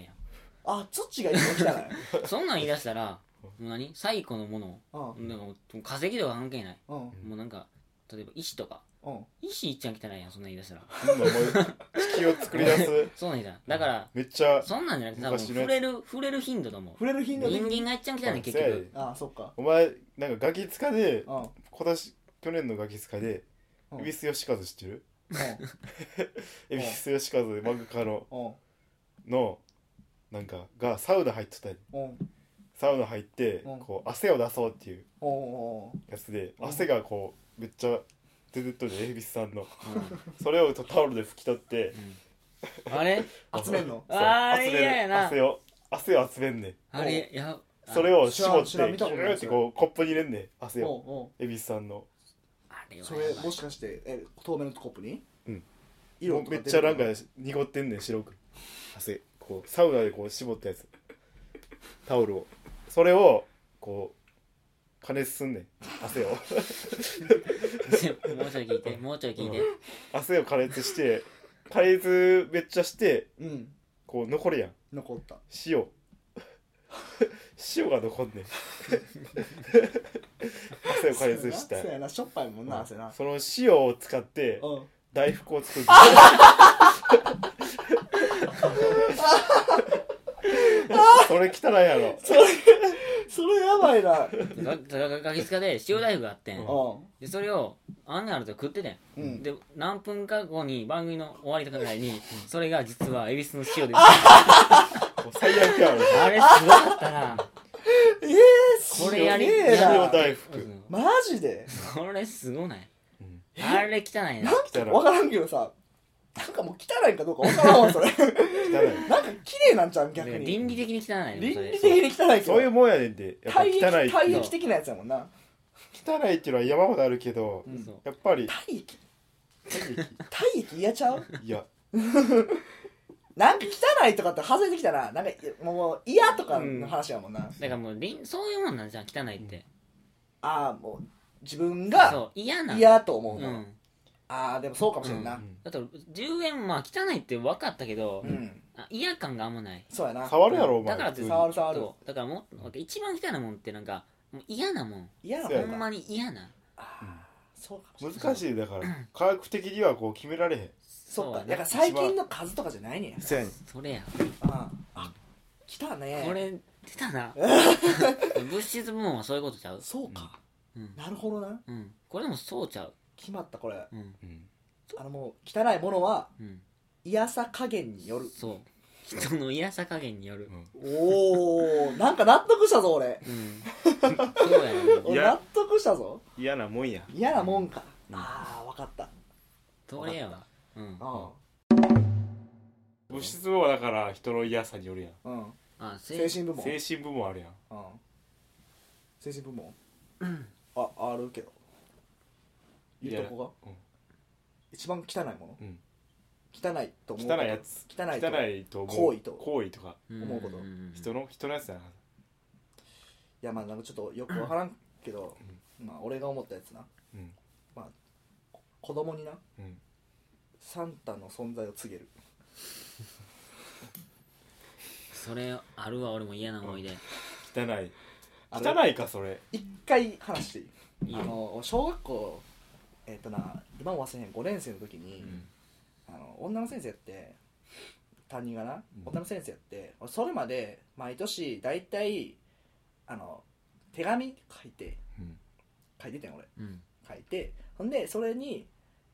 C: あ土が一番
A: んそんなん言い出したらもう何最古のもの
C: 汚い
A: なんかもう化石とか関係ない
C: うんうん
A: もうなんか例えば石とか
C: うん
A: 石いっちゃん汚いやんそんなん言い出したら
B: そんなもう地球を作り出す
A: そうなんじゃんだから
B: めっちゃ
A: そんなんじゃなくて多分
B: 昔の
A: 触
B: やつ
A: れる触れる頻度だもん
C: 触れる頻度で
A: 人間がいっちゃん汚いね結
B: そうやで
A: 局
C: ああそっか
B: お前なんかガキ使で
C: うんうん
B: 今年去年のガキ使で
C: うん
B: 恵比寿義和知ってる
C: ん
B: 恵比寿義和漫画家の
C: うん
B: のなんかがサウナ入っとったやん
C: うん
B: サウナ入って
C: うん
B: こう汗を出そうっていう
C: うんうん
B: やつで
C: うん
B: 汗がこうめっちゃ出てっとるね恵比寿さんの
A: う
B: それをタオルで拭き取って
A: んうんあれ
C: 集めんの
B: そう
A: あー
B: 集める
A: 嫌やな
B: 汗を汗を集めんねん
A: あれやあ
B: それを
C: 知らん
B: 絞って
C: 知
B: ギ
C: ら
B: ュ
C: ん見たことない
B: ーってこうコップに入れんねん汗を
C: お
B: 恵比寿さんの
A: あ
C: うお
A: れ
C: う
A: は
C: それ
A: やばい
C: もしかしてえ透明のコップに
B: うん
C: 色と
B: も
C: か
B: うめ
C: 出
B: って
C: く
B: ちゃ
C: る
B: なんか濁ってんねん白く汗こうサウナでこう絞ったやつタオルをそれをこう加熱すんねん汗を
A: もうちょい聞いてもうちょい聞いて
B: 汗を加熱して加熱めっちゃして
C: うん
B: こう残るやん
C: 残った
B: 塩 塩が残ん ねん汗を加熱した
C: そうやなしょっぱいもんな汗な
B: その塩を使って
C: うん
B: 大福を 作るそれ汚いやろ
C: それそれやばいな
A: ががガキ使で塩大福があってん
C: う
A: でそれをあんねんあると食ってて
C: んうん
A: んで何分か後に番組の終わりとかぐらいにそれが実は恵比寿の塩です
B: もう最悪やろ
A: あれすごかったな
C: ええす
A: こ
C: げ
A: れやり
C: え
B: な
A: や
B: 塩
A: り
B: 大福
A: うん
C: マジで
A: これすごない
B: うん
A: あれ汚いな
C: なん
B: 汚
C: か
B: い
C: 分からんけどさなんかもう汚いんかどうか分からんわそれ
B: 汚い
C: なんか綺麗なんちゃう逆に
A: 倫理的に汚いね
C: 倫
A: それ
C: 理的に汚いけど
B: そういうもんやねんってやっぱ汚
C: 体液
B: い
C: 体
A: 液
C: 液的なやつやもんな
B: 汚いっていうのは山ほどあるけど
C: うん
A: そう
B: やっぱり
C: 体液体液嫌ちゃう
B: いや
C: なんか汚いとかって外れてきたらなんかもう嫌とかの話やもんな、
A: だからもう倫そういうもんなんじゃん汚いって
C: ああもう自分
A: そ
C: が
A: う嫌な
C: 嫌と思う
A: う
C: の、
A: ん
C: ああでもそうかもしれんな
B: うん
A: だと10円まあ汚いって分かったけど
C: うん、
A: あ嫌感があんまない
C: そうやな
B: 触るやろお前
A: だからって
B: 普通に
C: 触る触る
A: そうだからもう一番汚いもんってなんかもう嫌なもん
C: 嫌な
B: そう
A: ほ
B: や
C: 方
A: ん
C: が
A: まに嫌な
C: あ
B: うん
C: あそうかもしれん
B: 難しいだから科学的にはこう決められへん
C: そっか
A: う
C: だ
A: や
C: から
A: な
C: 最近の数とかじゃないねや
B: そうやね
A: それや
C: あああ来たね
A: これ出 たな物質部門はそういうことちゃう
C: そうか、
A: うん、
C: なるほどな
A: うん、これでもそうちゃう
C: 決まったこれ
A: うん
B: ん
C: あのもう汚いものは
A: うん
C: 嫌さ加減による
A: そう人の嫌さ加減による
B: うん
C: おおなんか納得したぞ俺
A: うんそうやね
C: 俺
B: 嫌
C: 納得したぞ
B: 嫌なもんや
C: 嫌なもんか、
B: うん
C: ああ分かった
A: それやわうん
C: う
B: 物質もだから人の嫌さによるやん
C: ん、うん、
A: あせ
C: 精神部門
B: 精神部門あるやん
C: うん、精神部門ああるけど言うとこが
B: うん
C: 一番汚いもの、
B: うん
C: 汚いと思う
B: 汚いやつ
C: 汚いと
B: 汚いと思う
C: 行為と
B: 行為とか
A: ん
C: 思うこと
A: ん
B: 人の人のやつだな
C: やまあなんかちょっとよく分からんけど、まあ俺が思ったやつな
B: うん
C: 子供にな
B: うん
C: サンタの存在を告げる
A: それあるわ俺も嫌な思い出
B: 汚い
C: あれ
B: 汚いかそれ
C: 一回話していい
A: いい
C: あ
A: よ
C: の小学校えっ、とな今も忘れへん5年生の時に、あの女の先生やって担任がな、
B: うん
C: 女の先生やって俺それまで毎年大体あの手紙書いて
B: うん
C: 書いててん俺
A: うん
C: 書いてほんでそれに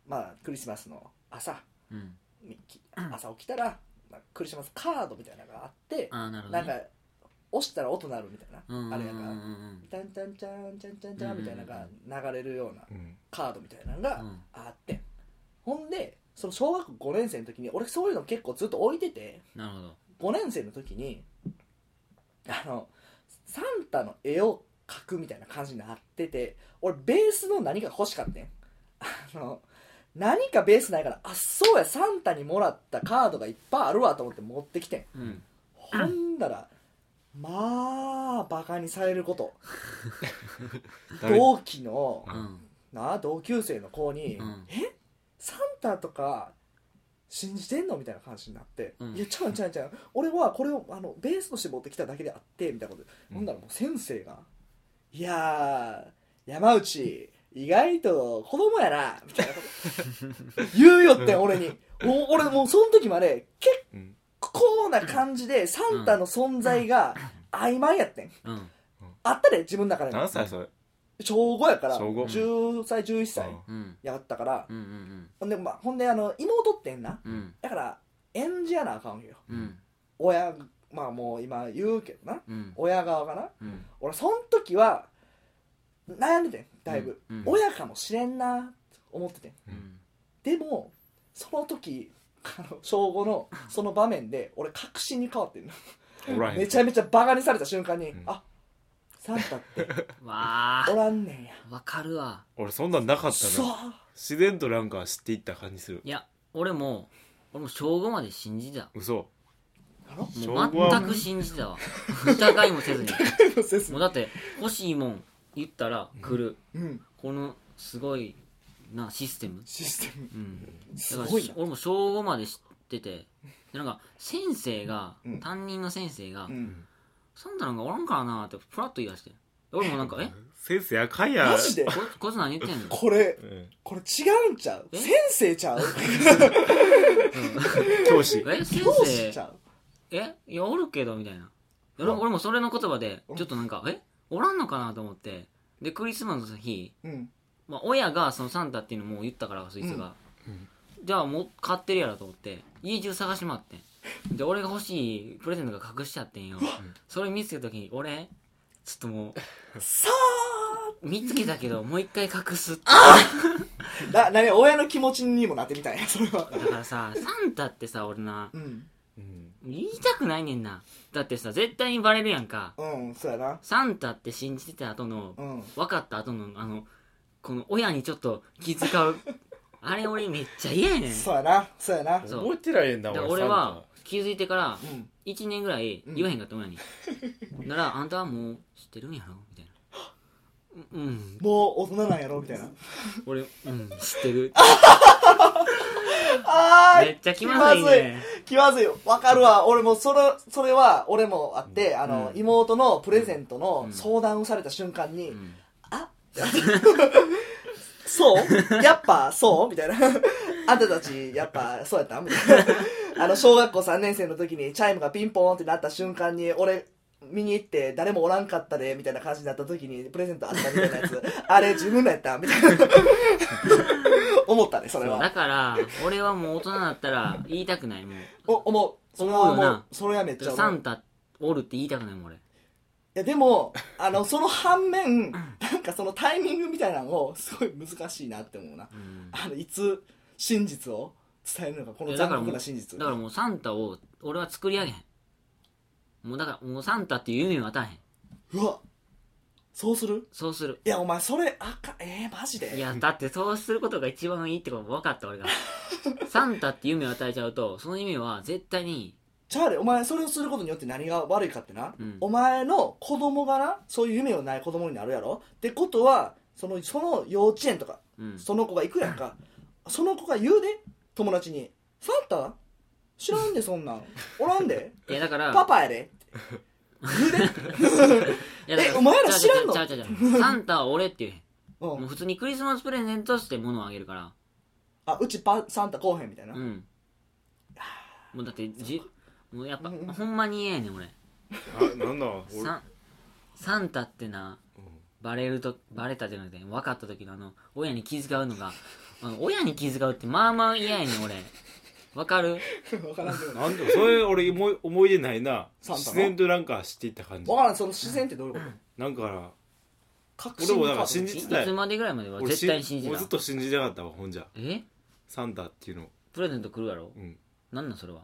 C: まあクリスマスの朝
A: うん
C: にき朝起きたら、まあクリスマスカードみたいなのがあって
A: ああなるほど
C: なん
A: ね
C: か押したら音鳴るみたいな、
A: うんうんうんうん
C: あれやから
A: う
C: 「
A: ん
C: タンタンチャンチャンチャンチャン」みたいなのが流れるような
B: うん
C: カードみたいなのが
A: うん
C: あってんほんでその小学校5年生の時に俺そういうの結構ずっと置いてて
A: なるほど
C: 5年生の時にあのサンタの絵を描くみたいな感じになってて俺ベースの何か欲しかったんあの何かベースないからあそうやサンタにもらったカードがいっぱいあるわと思って持ってきてん
A: うん
C: ほんだらまあバカにされること
B: 誰
C: 同期の
A: うん
C: なあ同級生の子に、
A: うん
C: えサンタとか信じてんのみたいな話になって「
A: うん
C: いやちゃうちゃうちゃう俺はこれをあのベースとして持ってきただけであって」みたいなことで、
B: うん
C: ほんならもう先生が「いやー山内意外と子供やな」みたいなこと 言うよって俺にもう俺もうその時まで結
B: うん
C: 構な感じでサンタの存在が曖昧やってん
A: うん
C: あったで自分の中で
B: 何歳それ
C: 小5やから
B: 小五
C: 10歳11歳
B: うん
A: うん
C: やったから、
A: うんうん
C: ほんで、まあ、ほんであの妹ってんな
A: うんうん
C: だから演じやなあかんよ
A: うん
C: 親まあもう今言うけどな
A: うん
C: 親側かな
A: うん
C: 俺そん時は悩んでてんだいぶ、
A: うんうん
C: 親かもしれんなって思っててん
A: うん
C: でもその時あの小5のその場面で俺確信に変わってんの
B: おらへん
C: めちゃめちゃバカにされた瞬間に、
B: うん
C: あサンタって
A: わ
C: おらんねんや
A: あわかるわ
B: 俺そんなんなかった
C: そう
B: な自然となんか知っていった感じする
A: いや俺も俺も小5まで信じてた
B: 嘘
C: やろ
B: 小
A: も
B: 五は
A: う全く信じてたわ疑いもせずにもうだって欲しいもん言ったら来る、
C: うん
A: このすごいなシステム
C: システム
A: うんだ
C: す
A: から
C: ごいな
A: 俺も小5まで知っててでなんか先生が、
C: うん
A: 担任の先生が、
C: うん
A: そんなのがおらんからなーってフラッと言い出して俺もなんか「え
B: 先生やかんや
C: マジで
A: ここいつ何言ってんの?
C: これ
B: うん
C: これ違うんちゃう
A: え
C: 先生ちゃう
B: 教師
A: え」先
C: 教師ち
A: 生
C: ゃう
A: えいやおるけど」みたいなで
B: うん
A: 俺もそれの言葉でちょっとなんか「えおらんのかな?」と思ってでクリスマスの日、
C: うん
A: まあ、親がそのサンタっていうのもう言ったからそいつが、
B: うん
A: じゃあもう買ってるやろと思って家中探し回ってんで俺が欲しいプレゼントが隠しちゃってんよ、それ見つけた時に俺ちょっとも
C: さ
A: う見つけた けどもう一回隠すって
C: あな何親の気持ちにもなってみたいな それは
A: だからさサンタってさ俺な
C: うん
B: うん
A: 言いたくないねんなだってさ絶対にバレるやんか
C: うんそうやな
A: サンタって信じてた後の
C: うん
A: 分かった後のあのこの親にちょっと気遣 うあれ俺めっちゃ嫌やねん
C: そうやなそうやな
A: そう
B: 覚えてられんな
A: だから俺は
B: サン
A: 気づいてから
C: うん
A: 1年ぐらい言わへんかった親に、ならあんたはもう知ってるんやろみたいなうんうん
C: もう大人なんやろみたいな
A: 俺うん知って る
C: あ
A: めっちゃ気まずいね
C: ー気まずいわかるわ俺もそれそれは俺もあってあの
A: うん
C: 妹のプレゼントの
A: うん
C: 相談をされた瞬間に
A: うん
C: そうやっぱそうみたいな。 あんたたち、やっぱそうやったみたいな。あ の、小学校3年生の時にチャイムがピンポーンってなった瞬間に、俺、見に行って誰もおらんかったで、みたいな感じになった時に、プレゼントあったみたいなや つ、あれ自分のやったみたいな。 思ったね、それ
A: そうだ
C: は。
A: から俺はもう大人になったら言いたくないもう
C: お、思う。それは
A: 思う
C: も
A: よ
C: う
A: な、
C: それはめっちゃ
A: サ
C: 思う。い
A: ンタおるって言いたくないもん俺
C: や、でも、あの、その反面、なんかそのタイミングみたいなのを、すごい難しいなって思うな。
A: うん
C: あの、いつ、真実を伝えるのか、この残酷な真実。
A: だからもうサンタを俺は作り上げへんもうだからもうサンタっていう夢を与えへん
C: うわそうする
A: そうする
C: いやお前それあかえー、マジで
A: いやだってそうすることが一番いいってこと分かった俺がサンタって夢を与えちゃうとその夢は絶対に
C: チャーリーお前それをすることによって何が悪いかってな、
A: うん
C: お前の子供がなそういう夢のない子供になるやろってことはそのその幼稚園とか
A: うん
C: その子が行くやんか、その子が言うで友達に「サンタ知らんでそんなんおらんで
A: いやだから
C: パパやで」
A: いやだから
C: えお前ら知らんの
A: ちゃうちゃうちゃうちゃうサンタは俺って言え
C: う、
A: へんもうん普通にクリスマスプレゼントとして物をあげるから
C: あうちパサンタ来おへんみたいな、
A: うんもうだってじもうやっぱ
C: うん
A: ほんまにええねん俺
B: あ なんだ俺
A: サンサンタってなバレるとバレたじゃなくて分かった時のあの親に気遣うのがあの親に気遣うってまあまあ嫌やねん俺分かる
C: 分からんけど
B: なんでもそれ俺思い思い出ないな
C: サンタの
B: 自然となんか知っていった感じ
C: 分からんその自然ってどういうこ
B: なんかな
C: と確
B: 俺もだから
C: 信
B: 信
C: じ
B: じ
A: い
B: てた
A: つ
B: よ
A: までぐらいまでは
B: 俺
A: 絶対に信じ
B: もう
A: た
B: ずっと信じなかったわほんじゃ
A: え
B: サンタっていうの
A: プレゼント来るやろ
B: うん
A: なんなんそれは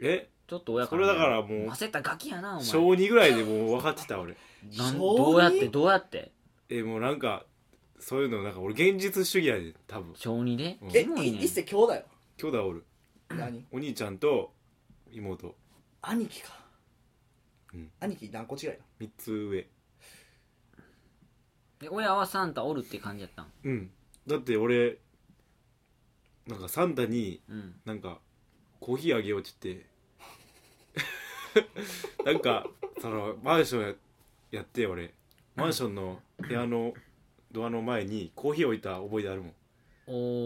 B: え
A: ちょっと親
B: そ
A: か
B: れ
A: ら
B: だからもう
A: 焦ったガキやなお前
B: 小2ぐらいでもう分かってた俺
A: なん
C: 小二
A: どうやってどうやって
B: えもうなんかそういうのなんか俺現実主義やで多分
A: 小児で
B: うん
C: え
A: キモい
C: い
A: ね
C: 一世兄弟よ
B: 兄弟おる
C: 何
B: お兄ちゃんと妹
C: 兄貴か、
B: うん
C: 兄貴何個違いな
B: 3つ上
A: で親はサンタおるって感じやったん
B: うんだって俺なんかサンタに
A: うん
B: なんかコーヒーあげようって言って なんかそのマンションややって俺マンションの部屋のドアの前にコーヒー置いた覚えで あるもん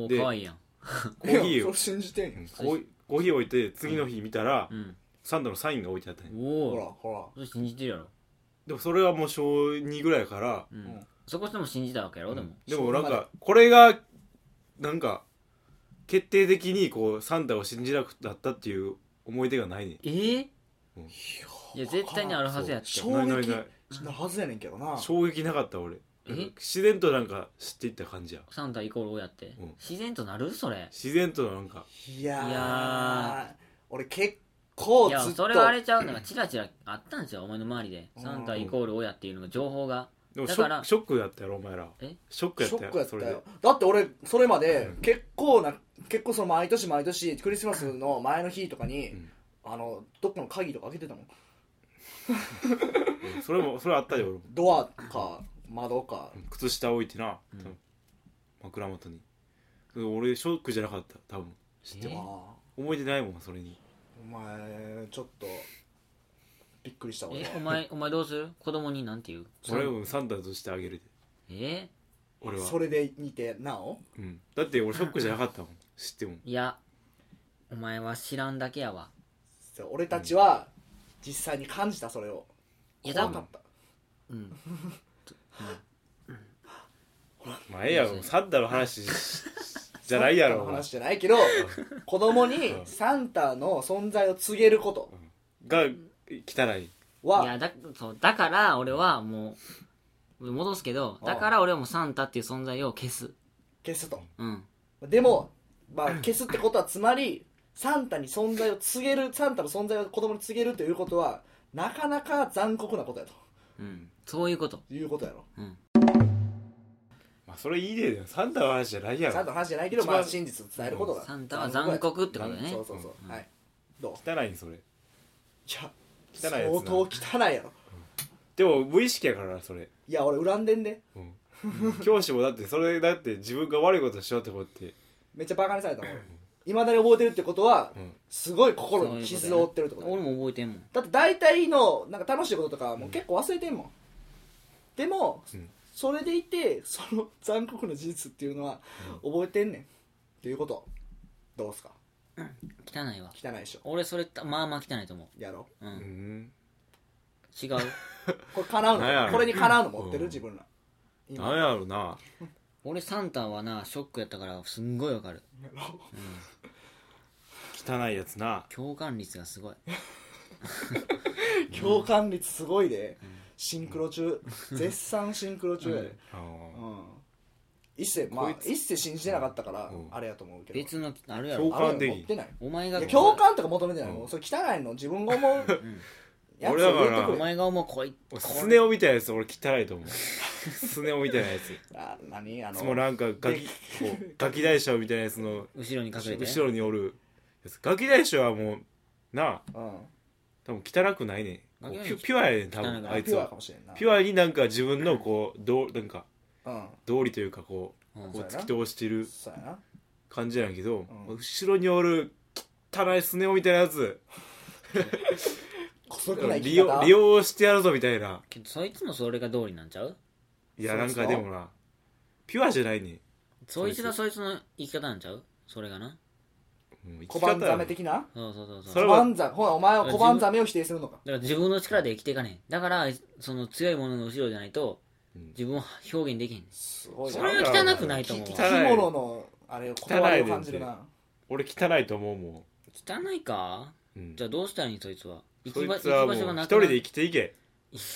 A: お
B: で
A: ーかわいいやん
B: コーヒ
C: いや
B: ー
C: そ
B: を
C: れ信じてんよ
B: うんコーコーヒー置いて次の日見たら、
A: うん
B: サンタのサインが置いてあったんよ
A: お
C: ほら
A: お
C: ほ
A: それ信じてるやろ
B: でもそれはもう小2ぐらいやから
A: う
C: ら、うん
A: んそこしても信じたわけやろでも
B: でもなん
C: そんな
B: かこれがなんか決定的にこうサンタを信じなくなったっていう思い出がないね
A: えー
C: い
A: いや絶対にあるはずやって
C: そう
B: ないない
C: 衝
B: ない
C: 撃なはずやねんけどな
B: 衝撃なかった俺
A: え
B: 自然となんか知っていった感じや
A: サンタイコール親って
B: うん
A: 自然となるそれ
B: 自然となんか
C: いやー
A: いや
C: 俺結構
A: いや
C: ずっと
A: それはあれちゃうのがチラチラあったんですよお前の周りでサンタイコール親っていうのが情報が
B: でもシ
A: だ
B: ョ
A: から
B: ックショックやったやろお前ら
A: え
B: ショックやっ
C: ショ
B: た
C: ッ
B: よ
C: クやった
B: それで
C: よだって俺それまで
B: うん
C: 結構な結構その毎年毎年クリスマスの前の日とかに、
B: うん
C: あのどっかの鍵とか開けてたもん
B: うんそれもそれあったよ俺も
C: ドアか窓か
B: うん靴下置いてな、
A: うん
B: 多分枕元にでも俺ショックじゃなかった多分知って
A: え
C: あ
B: も
C: あ
B: 思い出ないもんそれに
C: お前ちょっとびっくりした俺
A: え
C: は
A: お前お前どうする子供になんて言う
B: 俺はもうサンタとしてあげるで
A: え
B: 俺は
C: それで似てなお
B: うん、だって俺ショックじゃなかったもん知っても
A: いやお前は知らんだけやわ
C: そう俺たちは実際に感じたそれを
A: いや
C: 怖
A: 多
C: か
A: 分
C: った
A: うん
B: まあええやろサンタの話し じゃないやろ
C: サンタ
B: お
C: の
B: 前
C: 話じゃないけど子供に
B: うん
C: サンタの存在を告げること
B: が汚い
A: い
C: は
A: やだそうだから俺はもう戻すけどだから俺はもうサンタっていう存在を消す
C: 消すと
A: うん
C: でも、まあ、消すってことはつまりサンタに存在を告げるサンタの存在を子供に告げるということはなかなか残酷なことやと
A: うんそういうこと
C: いうことやろ
A: うん
B: まあそれいいでよサンタの話じゃないや
C: サン
B: ろ
C: タの話じゃないけど、
B: 一番
C: まあ、真実を伝えることだ
A: サンタは残酷ってことだよね
C: そうそうそう、はいどう
B: 汚いんそれ
C: いや
B: 汚いやつな
C: 相当汚いやろ
B: でも無意識やからなそれ、
C: いや俺恨んでんで
B: うん、教師もだってそれだって自分が悪いことしようって思って、
C: めっちゃバカにされたもんいまだに覚えてるってことは
B: うん
C: すごい心に傷を負ってるってことだ
A: 俺も覚えてんもん
C: だって大体のなんか楽しいこととかもう結構忘れてんもん、でも、
B: うん
C: それでいてその残酷な事実っていうのは覚えてんねんっていうことどうすか
A: 汚いわ
C: 汚いでしょ
A: 俺それまあまあ汚いと思
C: やろ
A: うう
B: うんん、
A: 違 う
C: これ叶う
B: なんや
C: の
B: ろ
C: これに叶うの持ってる、
B: うん
C: 自分ら今
B: なんやろな
A: 俺サンタはなショックやったからすんごいわかる
C: やろ
B: 汚いやつな
A: 共感率がすごい
C: 共感率すごいで、シンクロ中絶賛シンクロ中やで、
B: あの
C: うん一世まあ
B: こいつ
C: 一世信じてなかったから
B: うん
C: あれやと思うけど
A: 別のあるや
B: 共
A: ろ
B: 感
C: あれ持ってない
A: お前
C: い
A: が
C: や共感とか求めてない、
B: うん
C: もうそれ汚いの自分が 思う
A: うん
C: やつを
B: 俺だから
C: 言ってく
A: お
C: れ
A: 前が思うこい
B: 俺
A: こ
B: スネ夫みたいなやつ俺汚いと思うスネ夫みたいなやつい
C: あ何 あの
B: つもなんかガキ
C: で
B: こうガキ大将みたいなやつの
A: 後ろに隠れて
B: 後ろにおるやつガキ大将はもうなあ
C: うん
B: 多分汚くないねん
A: ガキ
B: ピ
A: 大将
B: ュピュアやねん多
A: 汚いか
B: 分
A: ら
B: あい
C: ピ
B: つ
C: ュア
B: は
C: かもしれんな
B: ピュアになんか自分のこうどうなんか
C: うん
B: 道理というかこ
A: う
B: うん
C: そ
B: こう
C: うやな
B: 突き通してる
C: そうやな
B: 感じなんやけど、
C: うん
B: 後ろにおる汚いスネ夫みたいなやつ
C: 細くない生き
B: 利用
C: 方
B: 利用してやるぞみたいな
A: けどそいつもそれが道理なんちゃう
B: いや
C: そ
B: な
C: うんそう
B: かでもなピュアじゃないね
A: そいつがそいつの生き方なんちゃうそれがな
B: うん
C: 小
B: 生き方
C: 判
B: や
C: ざ
B: な
C: め的な
A: そうそうそうそう
B: そ
A: だ
B: れ
A: か
C: 小
B: は
C: 判ざめほらお前は小判ざめを否定するのから
A: 自分の力で生きていかねんだからその強いものの後ろじゃないと
B: うん
A: 自分を表現できへん
C: すごい
A: そ
C: な
A: れは汚くないと
C: き
A: 思う
C: き着
B: 汚い
C: 物のあれをこだわりを感じるな
B: 俺汚いと思うも
A: 汚いか
B: ん、うん
A: じゃあどうしたらいいんそいつは行
B: そ
A: き
B: い
A: 場
B: つ
A: 行
B: は
A: き
B: もう
A: 場所が
B: 一
A: なく
B: 人
A: な
B: で生きていけ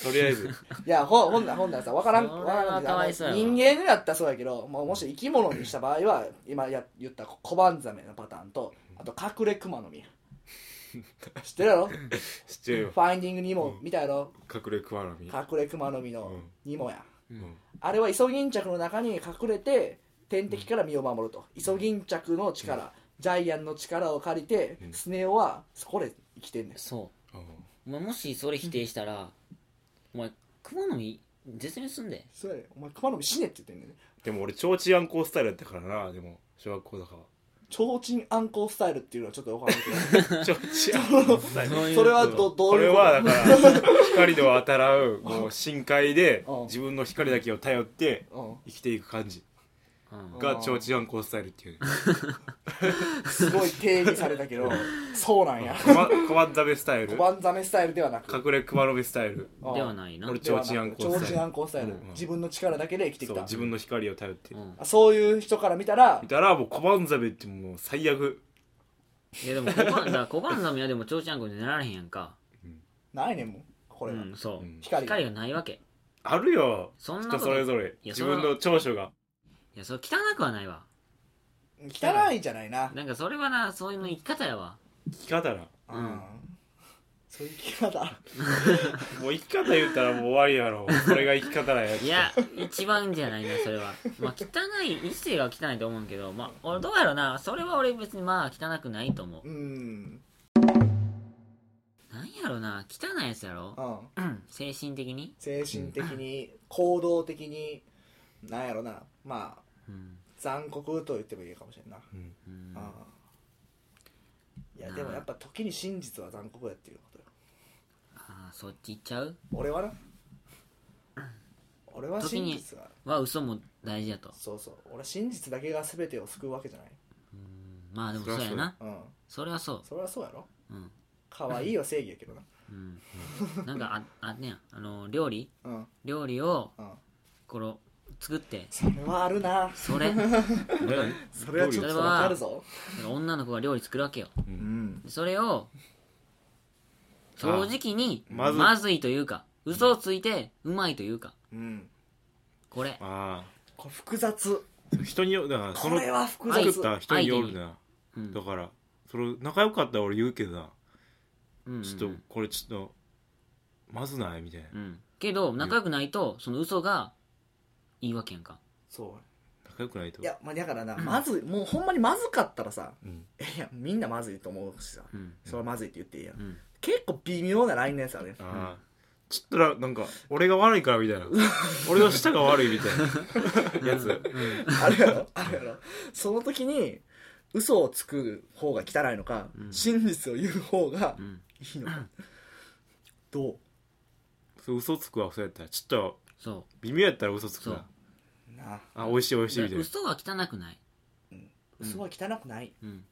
B: とりあえず
C: いやほほんならほんならさわからん
A: それは
C: わからんけど
A: かわ
C: あ
A: いそうや
C: の
A: わ
C: 人間になったらそうやけどもうもし生き物にした場合は今や言った小判ざめのパターンとあと隠れ熊の実知ってるやろフ
B: 知ってるよ
C: ァインディングニモみたいろ
B: 隠れクワラミ
C: 隠れ熊の実の
B: うん
C: ニモや
B: うん
C: あれはイソギンチャクの中に隠れて天敵から身を守るとイソギンチャクの力ジャイアンの力を借りて
B: うん
C: スネ夫はそこで生きてんねん
A: そう
B: うん
A: お前もしそれ否定したら、お前クマの実絶滅すんで
C: それお前熊の実死ねって言ってんねんね
B: でも俺提灯暗行スタイルやったからなでも小学校だか
C: 提灯暗行スタイルっていうのはちょっとよくわかんない
B: ら提灯暗行スタイ
A: そ
B: ル
C: けどそれはどど
B: こ
C: う
B: れ
C: いうこ
B: はだから光の当たらうもう深海で
C: うん
B: 自分の光だけを頼って
C: と、
B: 生きていく感じ
A: うん
B: が提灯暗行スタイルっていう
C: うん、すごい定義されたけどそうなんや
B: コマコマンダメスタイ
C: 小
B: ル
C: 判ザメスタイルではなく
B: 隠れクマロベスタイル
C: うん
A: ではないな
B: 俺
C: ではなく
B: 提灯暗
C: 提
B: 行スタイル
C: 灯暗行スタイル、
B: うん
C: 自分の力だけで生きてき
B: そう
C: た
B: 自分の光を頼って
A: うん
C: あそういう人から見たら
B: 見たらもうコバンザメってもう最悪
A: いやでも小判だ から小判ザメはでもちょうちゃんこになられへんやんか
C: ないねんもんこ
A: う
C: れは、
A: んそう、
B: うん
C: 光が
A: 光がないわけ
B: あるよ
A: そんなこ
B: 人
A: と
B: それぞれ
A: いや
B: 自分の長所が
A: いやそれ汚くはないわ
C: 汚いじゃないな、
A: なんかそれはなそういうの生き方やわ
B: 生き方な
A: うん
C: うんそういう生き方
B: もう生き方言ったらもう終わりやろそれが生き方なんや
A: いや一番じゃないなそれはまあ汚い一世が汚いと思うんけどまあ俺どうやろうなそれは俺別にまあ汚くないと思う
C: うん
A: なんやろな汚いやつやろ
C: う、ん
A: うん、精神的に、
C: 精神的に行動的になんやろなまあ
A: うん
C: 残酷と言ってもいいかもしれんな、
B: うん
A: うん
C: うん、いやでもやっぱ時に真実は残酷やっていうことよ
A: ああそっち行っちゃう
C: 俺はな俺は真実は
A: は嘘も大事やと
C: そうそう俺は真実だけが全てを救うわけじゃない
A: うんまあでもそうやな
C: うん
A: それはそう
C: それはそうやろ
A: うん、
C: 可愛いは正義やけどな
A: うん、なんかああんねやあの料理
C: うん
A: 料理を
C: うん
A: この作って
C: それはあるな
A: それなんか
C: それはちょっとわかるぞ
A: 女の子が料理作るわけよ
C: うん
A: でそれを正直に
B: ま
A: ま
B: ず
A: ずいというか嘘をついてうまいというか
C: うん
A: これ
B: あ
C: これ複雑
B: あ人によだからそ
C: こ
B: の
C: れは複雑
B: 作った人によるな
A: うん
B: だからその仲良かったら俺言うけどな
A: うんうん
B: ちょっとこれちょっとまずないみたいな
A: うんけど仲良くないとその嘘がいいわけやんか
C: そ
B: 仲良くないと
C: ういやまあだからなまずもうほんまにまずかったらさ
B: うん
C: いやみんなまずいと思うしさ
A: うん
C: それはまずいって言っていいやん
A: うん
C: 結構微妙なラインのやつあるよ
B: ああちょっとななんか俺が悪いから みたいな俺の舌が悪いみたいなやつ
C: あるやろ あるやろその時に嘘をつく方が汚いのか、
A: うん
C: 真実を言う方が
A: うん
C: いいのか、どう
B: そう嘘つくわそうやったらちょっと
A: そ
B: 微妙やったら嘘つく
A: そう
B: な
C: なあ
B: あ美味しい美
A: う
B: 味しいみ
A: で
B: たいな
A: 嘘は汚くないうん
C: 嘘は汚くない、
A: うん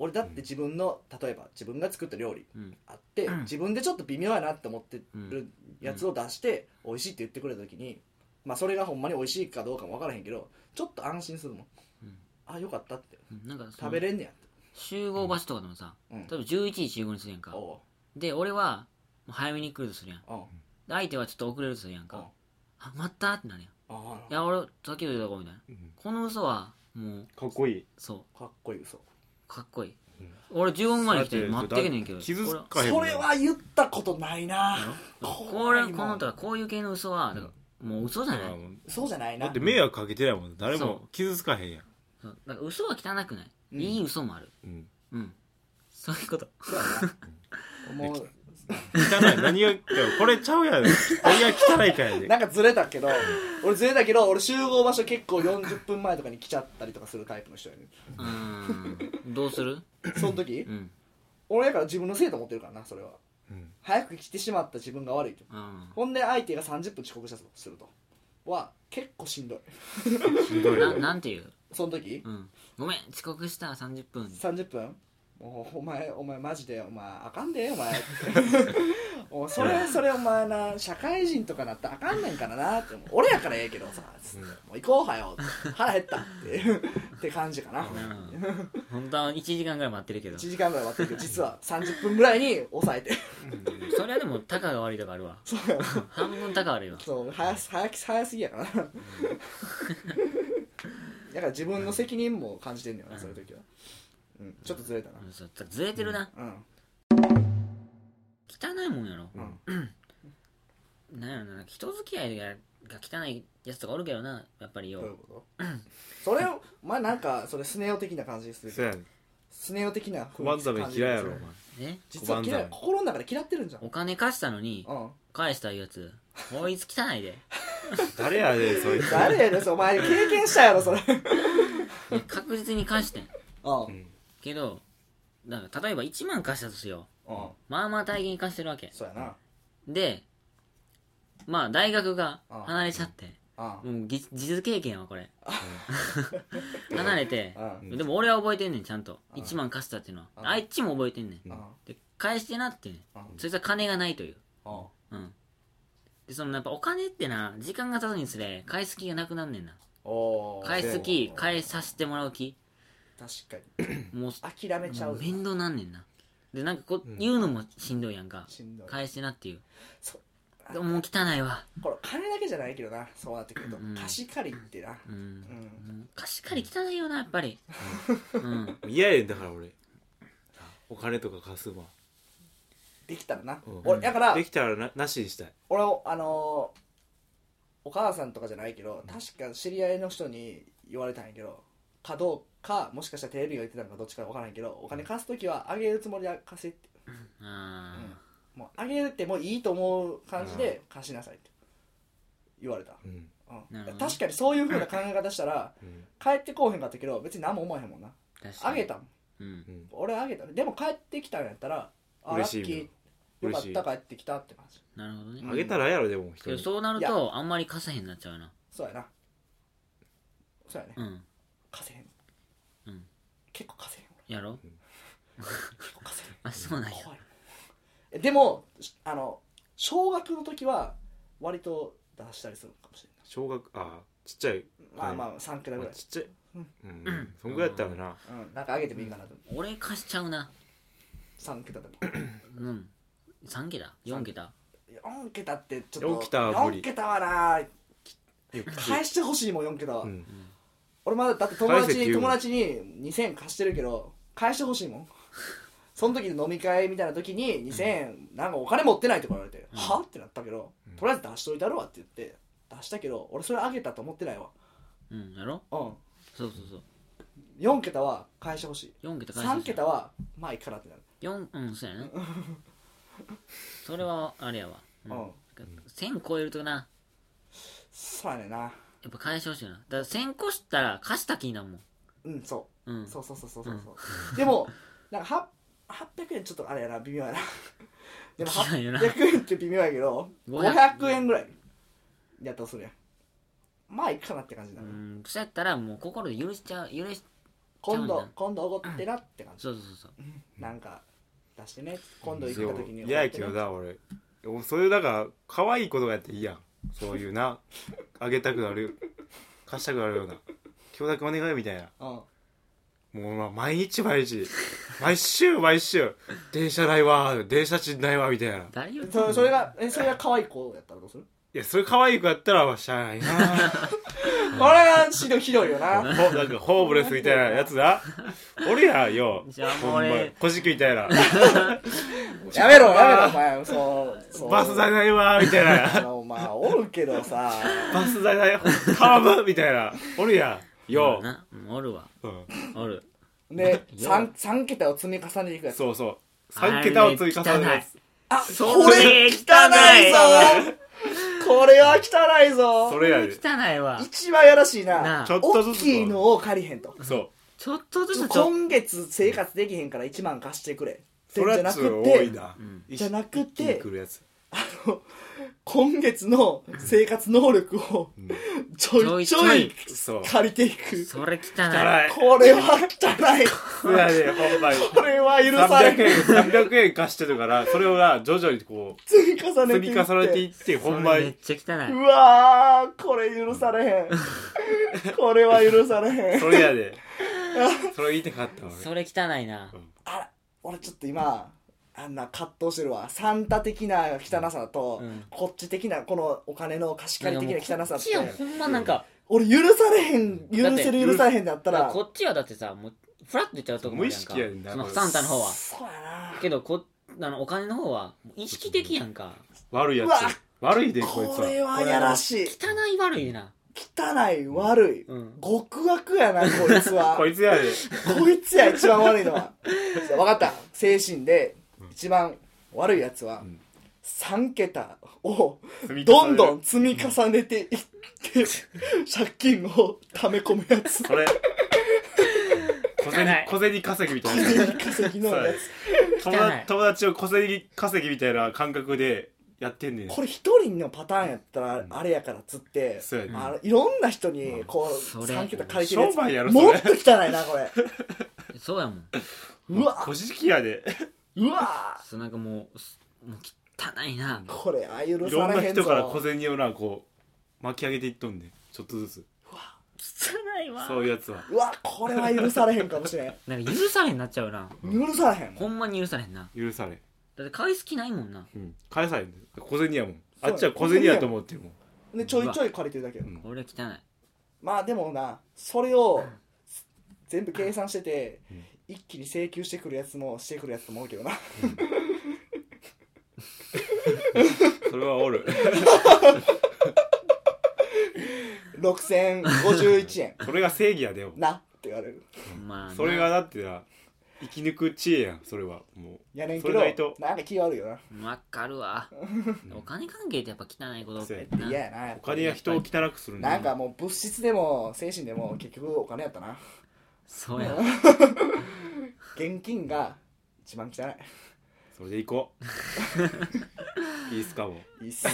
C: 俺だって自分の例えば自分が作った料理
A: うん
C: あって、
A: うん
C: 自分でちょっと微妙やなって思ってるやつを出して、美味しいって言ってくれた時にまあそれがほんまに美味しいかどうかも分からへんけどちょっと安心するもん、
A: ん
C: あよかったって
A: うんなんかその
C: 食べれんねやって、
A: 集合場所とかでもさ
C: うん
A: 例えば11時集合にするやんか
C: おう
A: で俺はもう早めに来るとするやんで
C: おう
A: 相手はちょっと遅れるとするやん
C: うん
A: かあ待ったってなるやん
C: ああ
A: いや俺さっきの言うとこみたいな
B: うん
A: この嘘はもう
B: かっこいい
A: そ
C: かっこいい嘘
A: うかっこいい
B: うん
A: 俺15分前に来て待ってけねんけど
B: 傷つ
A: こ
B: かへんも
C: そ
B: んな
C: れは言ったことないな
A: れこ
C: 怖
A: れ
C: いもん
A: このとかこういう系の嘘はだからもう嘘じゃない
B: あもう
C: そうじゃない
B: だ
C: な
B: って迷惑かけてないもん誰
A: そ
B: も傷つかへんやん
A: そうだから嘘は汚くない
C: うん
A: いい嘘もある
B: うん
A: うんそういうこと
C: そうやなもう
B: 汚い何がでもこれちゃうやん何が汚いかやで
C: なんかずれたけど俺ずれたけど俺集合場所結構40分前とかに来ちゃったりとかするタイプの人やね
A: うーんどうする
C: その時
A: うん
C: 俺やから自分のせいと思ってるからなそれは
D: うん
C: 早く来てしまった自分が悪いと
A: うん
C: ほんで相手が30分遅刻したとするとは結構しんどい
B: しんどいよ
A: ななんて言う、
C: その時
A: うん、ごめん遅刻した30分
C: 30分もうお前お前マジでお前あかんでお 前お前それそれお前な社会人とかなったらあかんねんからなって俺やからええけどさもう行こうはよ腹減ったってって感じかな
A: うん本当は1時間ぐらい待ってるけど
C: 1時間ぐらい待ってるけど実は30分ぐらいに抑えて
A: それはでもタカが悪いとかあるわ半分タカ悪いわ
C: そう早す早き早すぎやからな だから自分の責任も感じてんだよね、そういう時は、うん、ちょっとずれたな
A: うんそうずれてるな、
C: うん
A: 汚いもんやろ、
C: うん
A: なんやろな人付き合いがが汚いやつとかおるけどなやっぱりよ
C: どういうことそれをまあなんかそれスネ夫的な感じでする
B: そうやねん
C: スネ夫的な
B: 小判ザメ嫌いやろお前
A: ね
C: 実は
B: 小判ザ
C: 嫌
B: メ
C: い心の中で嫌ってるんじゃん
A: お金貸したのに
C: うん
A: 返したいうやつこいつ汚いで
B: 誰やでそいつ
C: 誰やねんそれお前経験したやろそれ
A: いや確実に貸してん
C: うんうん
A: けどなんか例えば1万貸したとしようまあまあ大金貸してるわけ
C: そうやな
A: でまあ大学が
C: あ
A: 離れちゃって
C: あ
A: もうぎ実経験はこれ 離れて
C: あうん
B: ん
A: でも俺は覚えてんねんちゃんと
C: うん
A: 1万貸したっていうのは
C: うん
A: あいちも覚えてんねん
C: うんうん
A: で返してなってん
C: うん
A: そいつは金がないという
C: うん
A: うんでそのやっぱお金ってな時間が経つにつれ返す気がなくなんねんな
C: おー
A: 返す気返させてもらう気
C: 確かに
A: もう
C: 諦めちゃ
A: も
C: う
A: う面倒なんねんなでなんかこう言うのもしんどいやんか
C: しんどい
A: 返してなっていう
C: そ
A: でももう汚いわ
C: これ金だけじゃないけどなそうなってくると、
A: うん
C: 貸し借りってな
A: う
C: うんん
A: もう貸し借り汚いよなやっぱりうん
B: 嫌やねんだから俺お金とか貸すわ、
C: できたらな、
B: うん
C: 俺だから
B: できたらななしにしたい
C: 俺をあのーお母さんとかじゃないけど確か知り合いの人に言われたんやけどかどうかもしかしたらテレビが言ってたのかどっちかわからんけどお金貸す時はあげるつもりで貸せって、
A: あー
C: もうあげるってもういいと思う感じで貸しなさいって言われた、
B: うん
C: うん
A: なるほど
C: 確かにそういうふうな考え方したら
B: うん
C: 帰ってこうへんかったけど別に何も思わへんもんな
A: 確か
C: あ
A: に
C: げたもん
A: うん
B: うん
C: 俺あげたでも帰ってきたんやったらあラ
B: 嬉し
C: ッ
B: い
C: キーよか
B: 嬉
C: っ
B: しい
C: た帰ってきたって感じ
A: なるほどね
B: あげたらええやろでも
A: け
B: 人
A: ど
B: に
A: そうなる
C: い
A: とあんまり貸さへんなっちゃうな
C: そうやなそうやね
A: うん
C: 稼へん
A: うん
C: 結構稼へん俺
A: やろ
C: 結構 稼
A: あそうなん
C: へ
A: や
C: ん怖いえでもしあの小学の時は割と出したりするかもしれ
B: 小学あちっちゃい、
C: ないまあ
B: は
C: まあ3くらいぐ
B: いま
C: ら
B: あ
C: い
B: ちっちゃいうん、そんぐらいやったらな
C: うんなんかあげてもいいかなと
A: 俺貸しちゃうな
C: 3桁でも
A: うん3桁4桁
C: 4桁ってちょっと
B: 4桁は無理
C: 4桁はな
B: よく
C: 返してほしいもん4桁は、
B: うん
C: 俺まだだって友
B: 返せっ
C: 達
B: て
C: に
B: 言う
C: 友
B: もん
C: 達に2000円貸してるけど返してほしいもんその時の飲み会みたいな時に2000円なんかお金持ってないとか言われて、
A: うん
C: はってなったけど、
B: うん
C: とりあえず出しといたるわって言って出したけど俺それあげたと思ってないわ
A: うんやろ
C: うん
A: そうそうそう
C: 4桁は返してほしい
A: 4桁返し
C: 3
A: て
C: 桁はまあいいかなってなる
A: 4うんそう やなそれはあれやわ、う
C: うん
A: 1000超えるとな
C: そうやねんな
A: やっぱ返してほしいなだから1000越したら貸した気になるもん
C: うんそ
A: うん
C: うそうそうそうそうそうそうでもなんかは800円ちょっとあれやな微妙やなでも
A: 違うよな
C: 800円って微妙やけど
A: 500
C: 500円ぐらいやったらするやんまあいいかなって感じだ、
A: うんそうやったらもう心で許しちゃう許し
C: 今
A: ちゃう
C: 度
A: んだ
C: 今度おごってなって感じ、
A: そうそうそうそう
C: なんか出してね今度行
B: そ
C: っ
B: う
C: た時に
B: 嫌やけどな俺おそういうなんか可愛いことがやっていいやんそういうなあげたくなる貸したくなるような今日だけお願いみたいな
C: うん
B: もうまあ毎日毎日毎週毎週電車ないわ電車賃ないわみたいない
A: 誰より
C: そそれがえそれが可愛い子やったらどうする
B: やそれ可愛い子やったらまあしゃあないな
C: これがひどいひどいよな
B: ほなんかホームレスみたいなやつだ俺やよ
A: じゃあもう
B: ほんま
A: 俺
B: 小じみたいな
C: やめろやめろお前そうそう
B: バス代ないわみたい
C: あ
B: な
C: のまあおるけどさ
B: バス代ないカーブみたいな俺やよ
A: う、なうんおるわ
B: うん
A: おる
C: ね三三桁を積み重ねていくやつ
B: そうそう。3桁を追加されます。
C: あ
A: そ
C: これ
A: れ汚
C: 汚
A: い
C: いぞこれは汚いぞ
B: それやで
A: 汚いわ
C: 一番やらしいな
A: なあ
B: ちょっと
C: 大
B: ずつ
C: きいのを借りへんと
B: そう
A: ちょっとずつちょ
C: 今月生活できへんから1万貸してくれ
B: それ
C: じゃ
B: は
C: な
B: ち
C: く
B: ょっと多い
C: て
B: な
A: うん
C: じゃなくて
B: 一気に来るやつ
C: 今月の生活能力をちょいちょい
B: そう
C: 借りていく
A: それ汚
B: 汚
A: い
B: い
C: これは汚い
B: それやでほんまに
C: これは許されな
B: 300
C: い
B: 円300円貸してるからそれをな徐々にこう
C: 積み重ねて
B: 積み重ねてい
C: いって
B: ってほん
A: そ
B: ま
A: れめっ
B: に
A: ちゃ汚
C: う
A: い
C: わーこれ許され へんこれは許されへん
B: それやでそれ言いたかったわ
A: それ汚いな
C: あら俺ちょっと今あんな葛藤してるわサンタ的な汚さと、
A: うん
C: こっち的なこのお金の貸し借り的な汚さって
A: いやもうこっちやほんまなんか
C: 俺許されへん許
A: だって
C: せる許されへんだった
A: だかららこっちはだってさもうフラッと言っちゃうとこもあるやんか
B: 無意識やんな
A: その
B: これ
A: サンタの方は
C: そうやな
A: けどこあのお金の方はもう意識的やんか
B: 悪いや
C: うわ
B: つ悪いでこいつは
C: これはやらしい
A: 汚い悪いな
C: 汚い悪い、
A: うん
C: 極悪やなこいつ は
B: こいつやで
C: こいつや一番悪いのは分かった精神で一番悪いやつは、
B: ん
C: 3桁を
B: 積み重ねる
C: どんどん積み重ねていって、借金を溜め込むや つ
B: それ小
A: 汚
B: 銭
A: い
B: 小銭稼ぎみたいな
C: 稼ぎの
B: そう
C: や
B: や
C: つ
B: 友達友達を小銭稼ぎみたいな感覚でやってんねん
C: これ一人のパターンやったらあれやからっつって、
B: そうやね
C: あのいろんな人にこう
A: それ
C: 3桁借りてるやつ
B: 商売やろそれ
C: もっと汚いなこ れ
A: そうやもん
C: うわ
B: 小敷やで
C: うわ
A: そうなんかもうすもう汚いな
C: これあ許
B: いろ
C: さ
B: んな
C: れへんぞ
B: 人から小銭をなこう巻き上げていっとんねんちょっとずつ
A: 汚いわ
B: そういうやつは
C: うわこれは許されへんかもしれ ん
A: なんか許されへんなっちゃうな
C: 許されへん
A: ほんまに許されへんな
B: 許され、
A: だって返す気ないもんな
B: うん、返さへんねん小銭やもん
C: そう
B: あっちは小銭やと思ってるもん
C: でちょいちょい借りてるだけよ
B: うん
A: これ汚い
C: まあでもなそれを全部計算してて、一気に請求してくるやつもしてくるやつもおるけどな
B: それはおる
C: 6051円
B: それが正義やでよ
C: なって言われる
A: まあな
B: それがだってな生き抜く知恵やんそれはもう
C: やねんけ
B: それ
C: ど
B: ないと
C: なんか気悪いよな
A: わかるわお金関係ってやっぱ汚いことって
C: 嫌やなやっ
B: お
C: ぱ
B: 金や人を汚くするんだ
C: なんかもう物質でも精神でも結局お金やったな
A: そうや
C: 現金が一番汚
B: それでいこ ういいっすかもう
C: いいいっす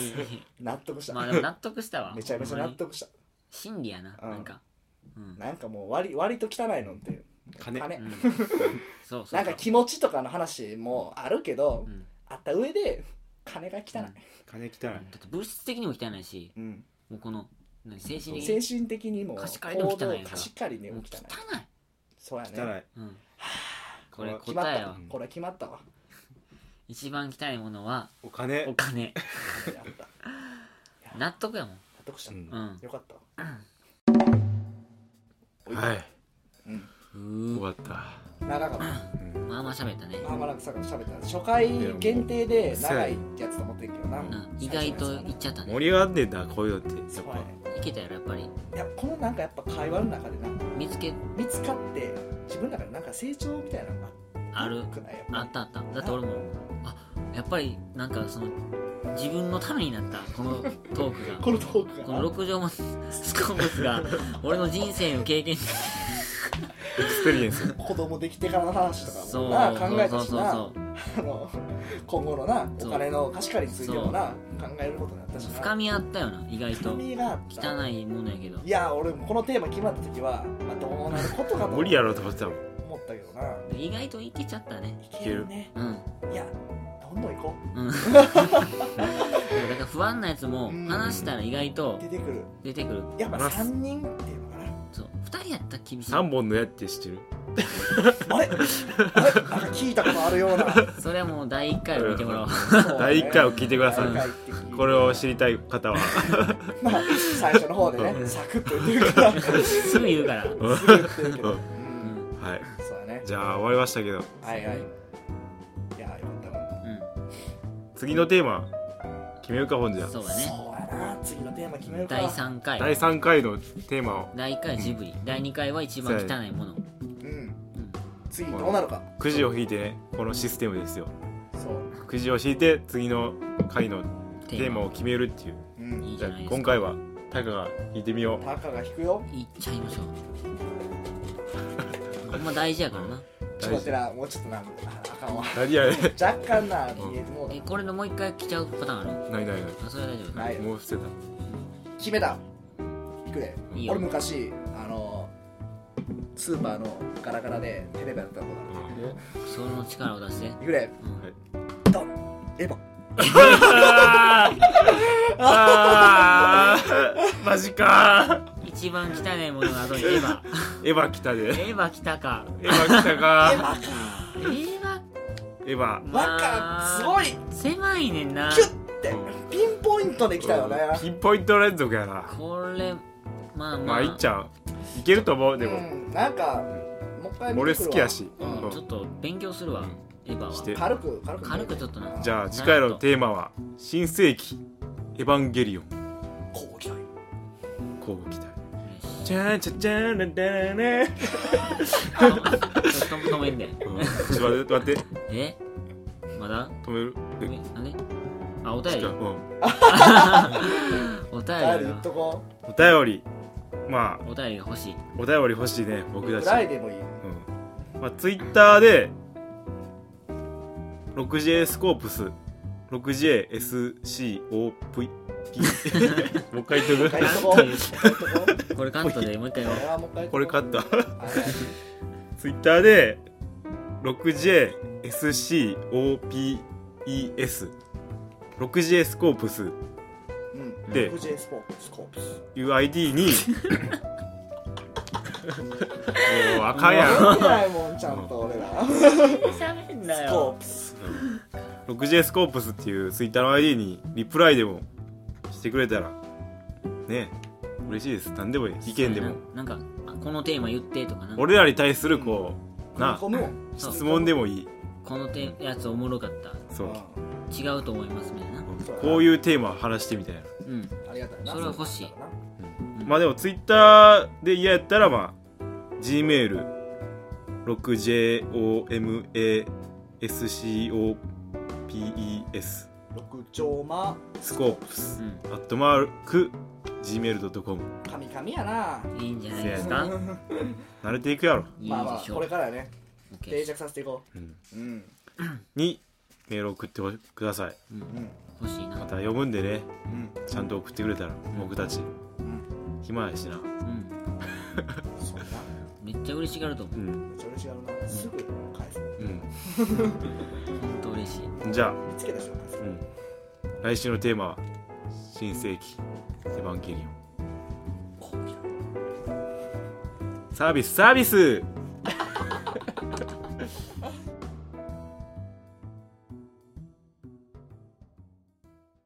C: 納得した、
A: まあでも納得したわ
C: めちゃめちゃ納得した
A: 真理やな
C: うん
A: なんかうん
C: なんかもう割割と汚いのって
B: 金
C: 金
A: うんそうそう
C: なんか気持ちとかの話もあるけど、
A: うん
C: あった上で金が汚い、
B: 金汚い
A: だって物質的にも汚いし
C: うん、
A: もうこの何精神的
C: 精
A: に
C: 神的にも
A: 貸し借りでも汚いよな
C: 貸し借りで
A: も
C: も
A: う
C: 汚い
A: 汚い
C: そうやね
B: 汚い
A: うんこれ
B: これ
C: 決まっ
A: 答え
C: たわ
A: は
C: これ決まった わ
A: 一番汚いものは
B: お金
A: お金
C: やった納
A: 納得やもん
C: 得した、
B: うん
A: うん
C: よかったわ
B: はい
A: うん
B: 終わった
C: 長かった
A: まあまあ喋ったね
C: あんまなんかさ喋った初回限定で長いやつと思ってるけどな、
A: うん意外といっちゃったね
B: 盛り上がんねんなこういうのってや
C: そ
B: っ
C: う
B: ぱ
C: やね
A: いけたやろやっぱり
C: いやこのなんかやっぱ会話の中でな
A: 見つけ
C: 見つかって自分の中でなんか成長みたいなのが
A: ある
C: くないやぱり
A: あったあっただって俺もあやっぱりなんかその自分のためになったこのトーク が
C: このトークが
A: この六畳もスコーブスが俺の人生の経験に
B: エクスペリエ ンス
C: 子供できてからの話とか
A: そ
C: も
A: う
C: な
A: そう
C: 考えた
A: そう
C: し
A: そう
C: な
A: そ
C: あの今後のなお金の貸し借りについてもな考えることになったし
A: う
C: な
A: 深みあったよな意外
C: 深
A: と
C: みがあった
A: 汚いものやけど
C: いや俺もこのテーマ決まった時は、まあ、どうなることかと
B: 無理やろうと思ってたもん
C: 思ったけどな
A: 意外といけちゃったね
C: いけるね
A: うん
C: いやどんどん行こ
A: うん だから不安なやつも話したら意外と
C: う出てくる
A: 出てくる
C: やっぱ
B: 話す
C: 3人っていうのか
A: そう2人やったら厳しい
B: 3本のやって知ってる
C: なあれあれなんか聞いたことあるような、
A: それはもう第1回を見てもらおう
B: 第1回を聞いてくださ
A: い
B: いこれを知
C: り
B: りたい 方は
C: まあ最初の方でねサクッと言ってるからすぐ
A: すぐ言うから
C: 言ってるけど、
B: う
C: うん、
B: はい
C: そうだね
B: じゃあ終わりましたけど
C: はいはいいやよかったわ
A: う
B: 次のテーマ決めるか本じゃ
A: んそうだね
C: そうやな次のテーマ決めるか
A: 第3回
B: 第3回のテーマを
A: 第1回はジブリ第2回は一番汚いもの
C: うん次どうなるか
B: くじを引いてねこのシステムですよ
C: そう
B: くじを引いて次の回のテーマを決めるっていう
E: うん
A: いい
B: じ
A: じ
B: ゃ
A: ゃ
B: あ
A: ないですか
B: 今回はタカが引いてみよ
C: タカが引くよ
A: いっちゃいましょう ほんま大事やからな
B: う
C: ちょっと待ってなもうちょっとなああかんわ
B: 何やね
C: 若干な見えてもう
A: えこれのもう一回来ちゃうパターンある
B: ないない
A: あそれは大丈夫
C: ない
B: ないもう捨てた
C: 決めたいくで
A: いいよ
C: 俺昔あのスーパーのガラガラでテレビやったことあ
B: うん
A: その力を出して
C: るいくで
A: うん
C: ドンエヴァ
B: あーマジか
A: 一番汚いものの後にエヴ ァ
B: エヴァ来た
A: エ
B: で
A: ヴァ来たか
B: エヴァ来た
C: エヴ
B: か
C: ァ
A: エヴァ
B: エヴァ
C: なんかすごい
A: 狭いねんな
C: キュッてピンポイントできたよね
B: うんピンポイント連続やな
A: これまあまあ
B: まあいっちゃういけると思うで
C: う
B: も
C: んなんかもう一回見てくるわ
B: 俺好きやし
C: うん
A: うんちょっと勉強するわ、
B: うん
A: エヴァは
B: して
C: 軽く軽く
A: 軽くちょっとな
B: じゃあ次回のテーマは「新世紀エヴァンゲリオン
C: こう来たよ」
B: 交互期待
A: よし
B: チャンチャチャンランランラン
A: ちょっと止め んで
B: うんちょっと待って待って
A: えまだ
B: 止める
A: えなんであお便り
B: うん
A: お便
C: 誰
A: り
C: 言
A: が
C: っとこ
B: お便りまあ
A: お便りが欲しい
B: お便り欲しいね
C: う
B: 僕たち
C: 暗いでもいい
B: うんまあ、ツイッターで 6J スコープス 6JSCOP もう一回言っと
C: 書いと
B: く
C: こう
A: なんて
C: 書いと
A: いう
C: こう
A: これカットでもう一回
C: こ
A: 言おう
C: れはもう一回
B: これカ
C: っ
B: ット
C: た
B: ツイッターで 6JSCOPES6J スコープス
C: うん
B: で
C: 6J スポーツスコープス
B: いう ID にもうあかんやろ
C: 見てないもんちゃんと俺ら
A: 喋んな
C: スコー
A: よ
C: プス
B: 6J スコープスっていうツイッターの ID にリプライでもしてくれたらね嬉しいです何でもいい意見でも
A: なんかあこのテーマ言ってとかな
B: 俺らに対するこうな
C: 込むもん
A: そう
B: 質問でもいい
A: このテやつおもろかった
B: そう
A: 違うと思いますみたいな
C: そう
B: こういうテーマを話してみたいな
A: うん
C: ありがたいな
A: それは欲しいうん
B: まあでもツイッターで嫌やったらまあ Gmail6JOMASCOPES
C: 六丁間
B: スコープ
A: う
B: ス
A: ん
B: アットマーク Gmail.com
C: 神々やない
A: いんじゃないですか
B: 慣れていくやろ、
A: いい
C: まあま
A: で
C: あ
A: しょ
C: こ
A: う
C: れからね
A: オッケ
C: 定
A: ー
C: 着させていこ
B: うん
C: ううん
B: にメールを送ってください
C: うん
A: 欲しい
B: ま
A: な
B: た読むんでね
C: うん
B: ちゃんと送ってくれたら僕たち
C: うん
B: 暇やしな
A: うん
C: そんな
A: めっちゃ嬉しがると思
B: う
A: うん
C: めっちゃ嬉しいやろなすぐ返す
A: 本当嬉しい
B: うんじゃあ、
C: 見つけた瞬間す
B: うん、来週のテーマは「新世紀エヴァンゲリオン」サービスサービス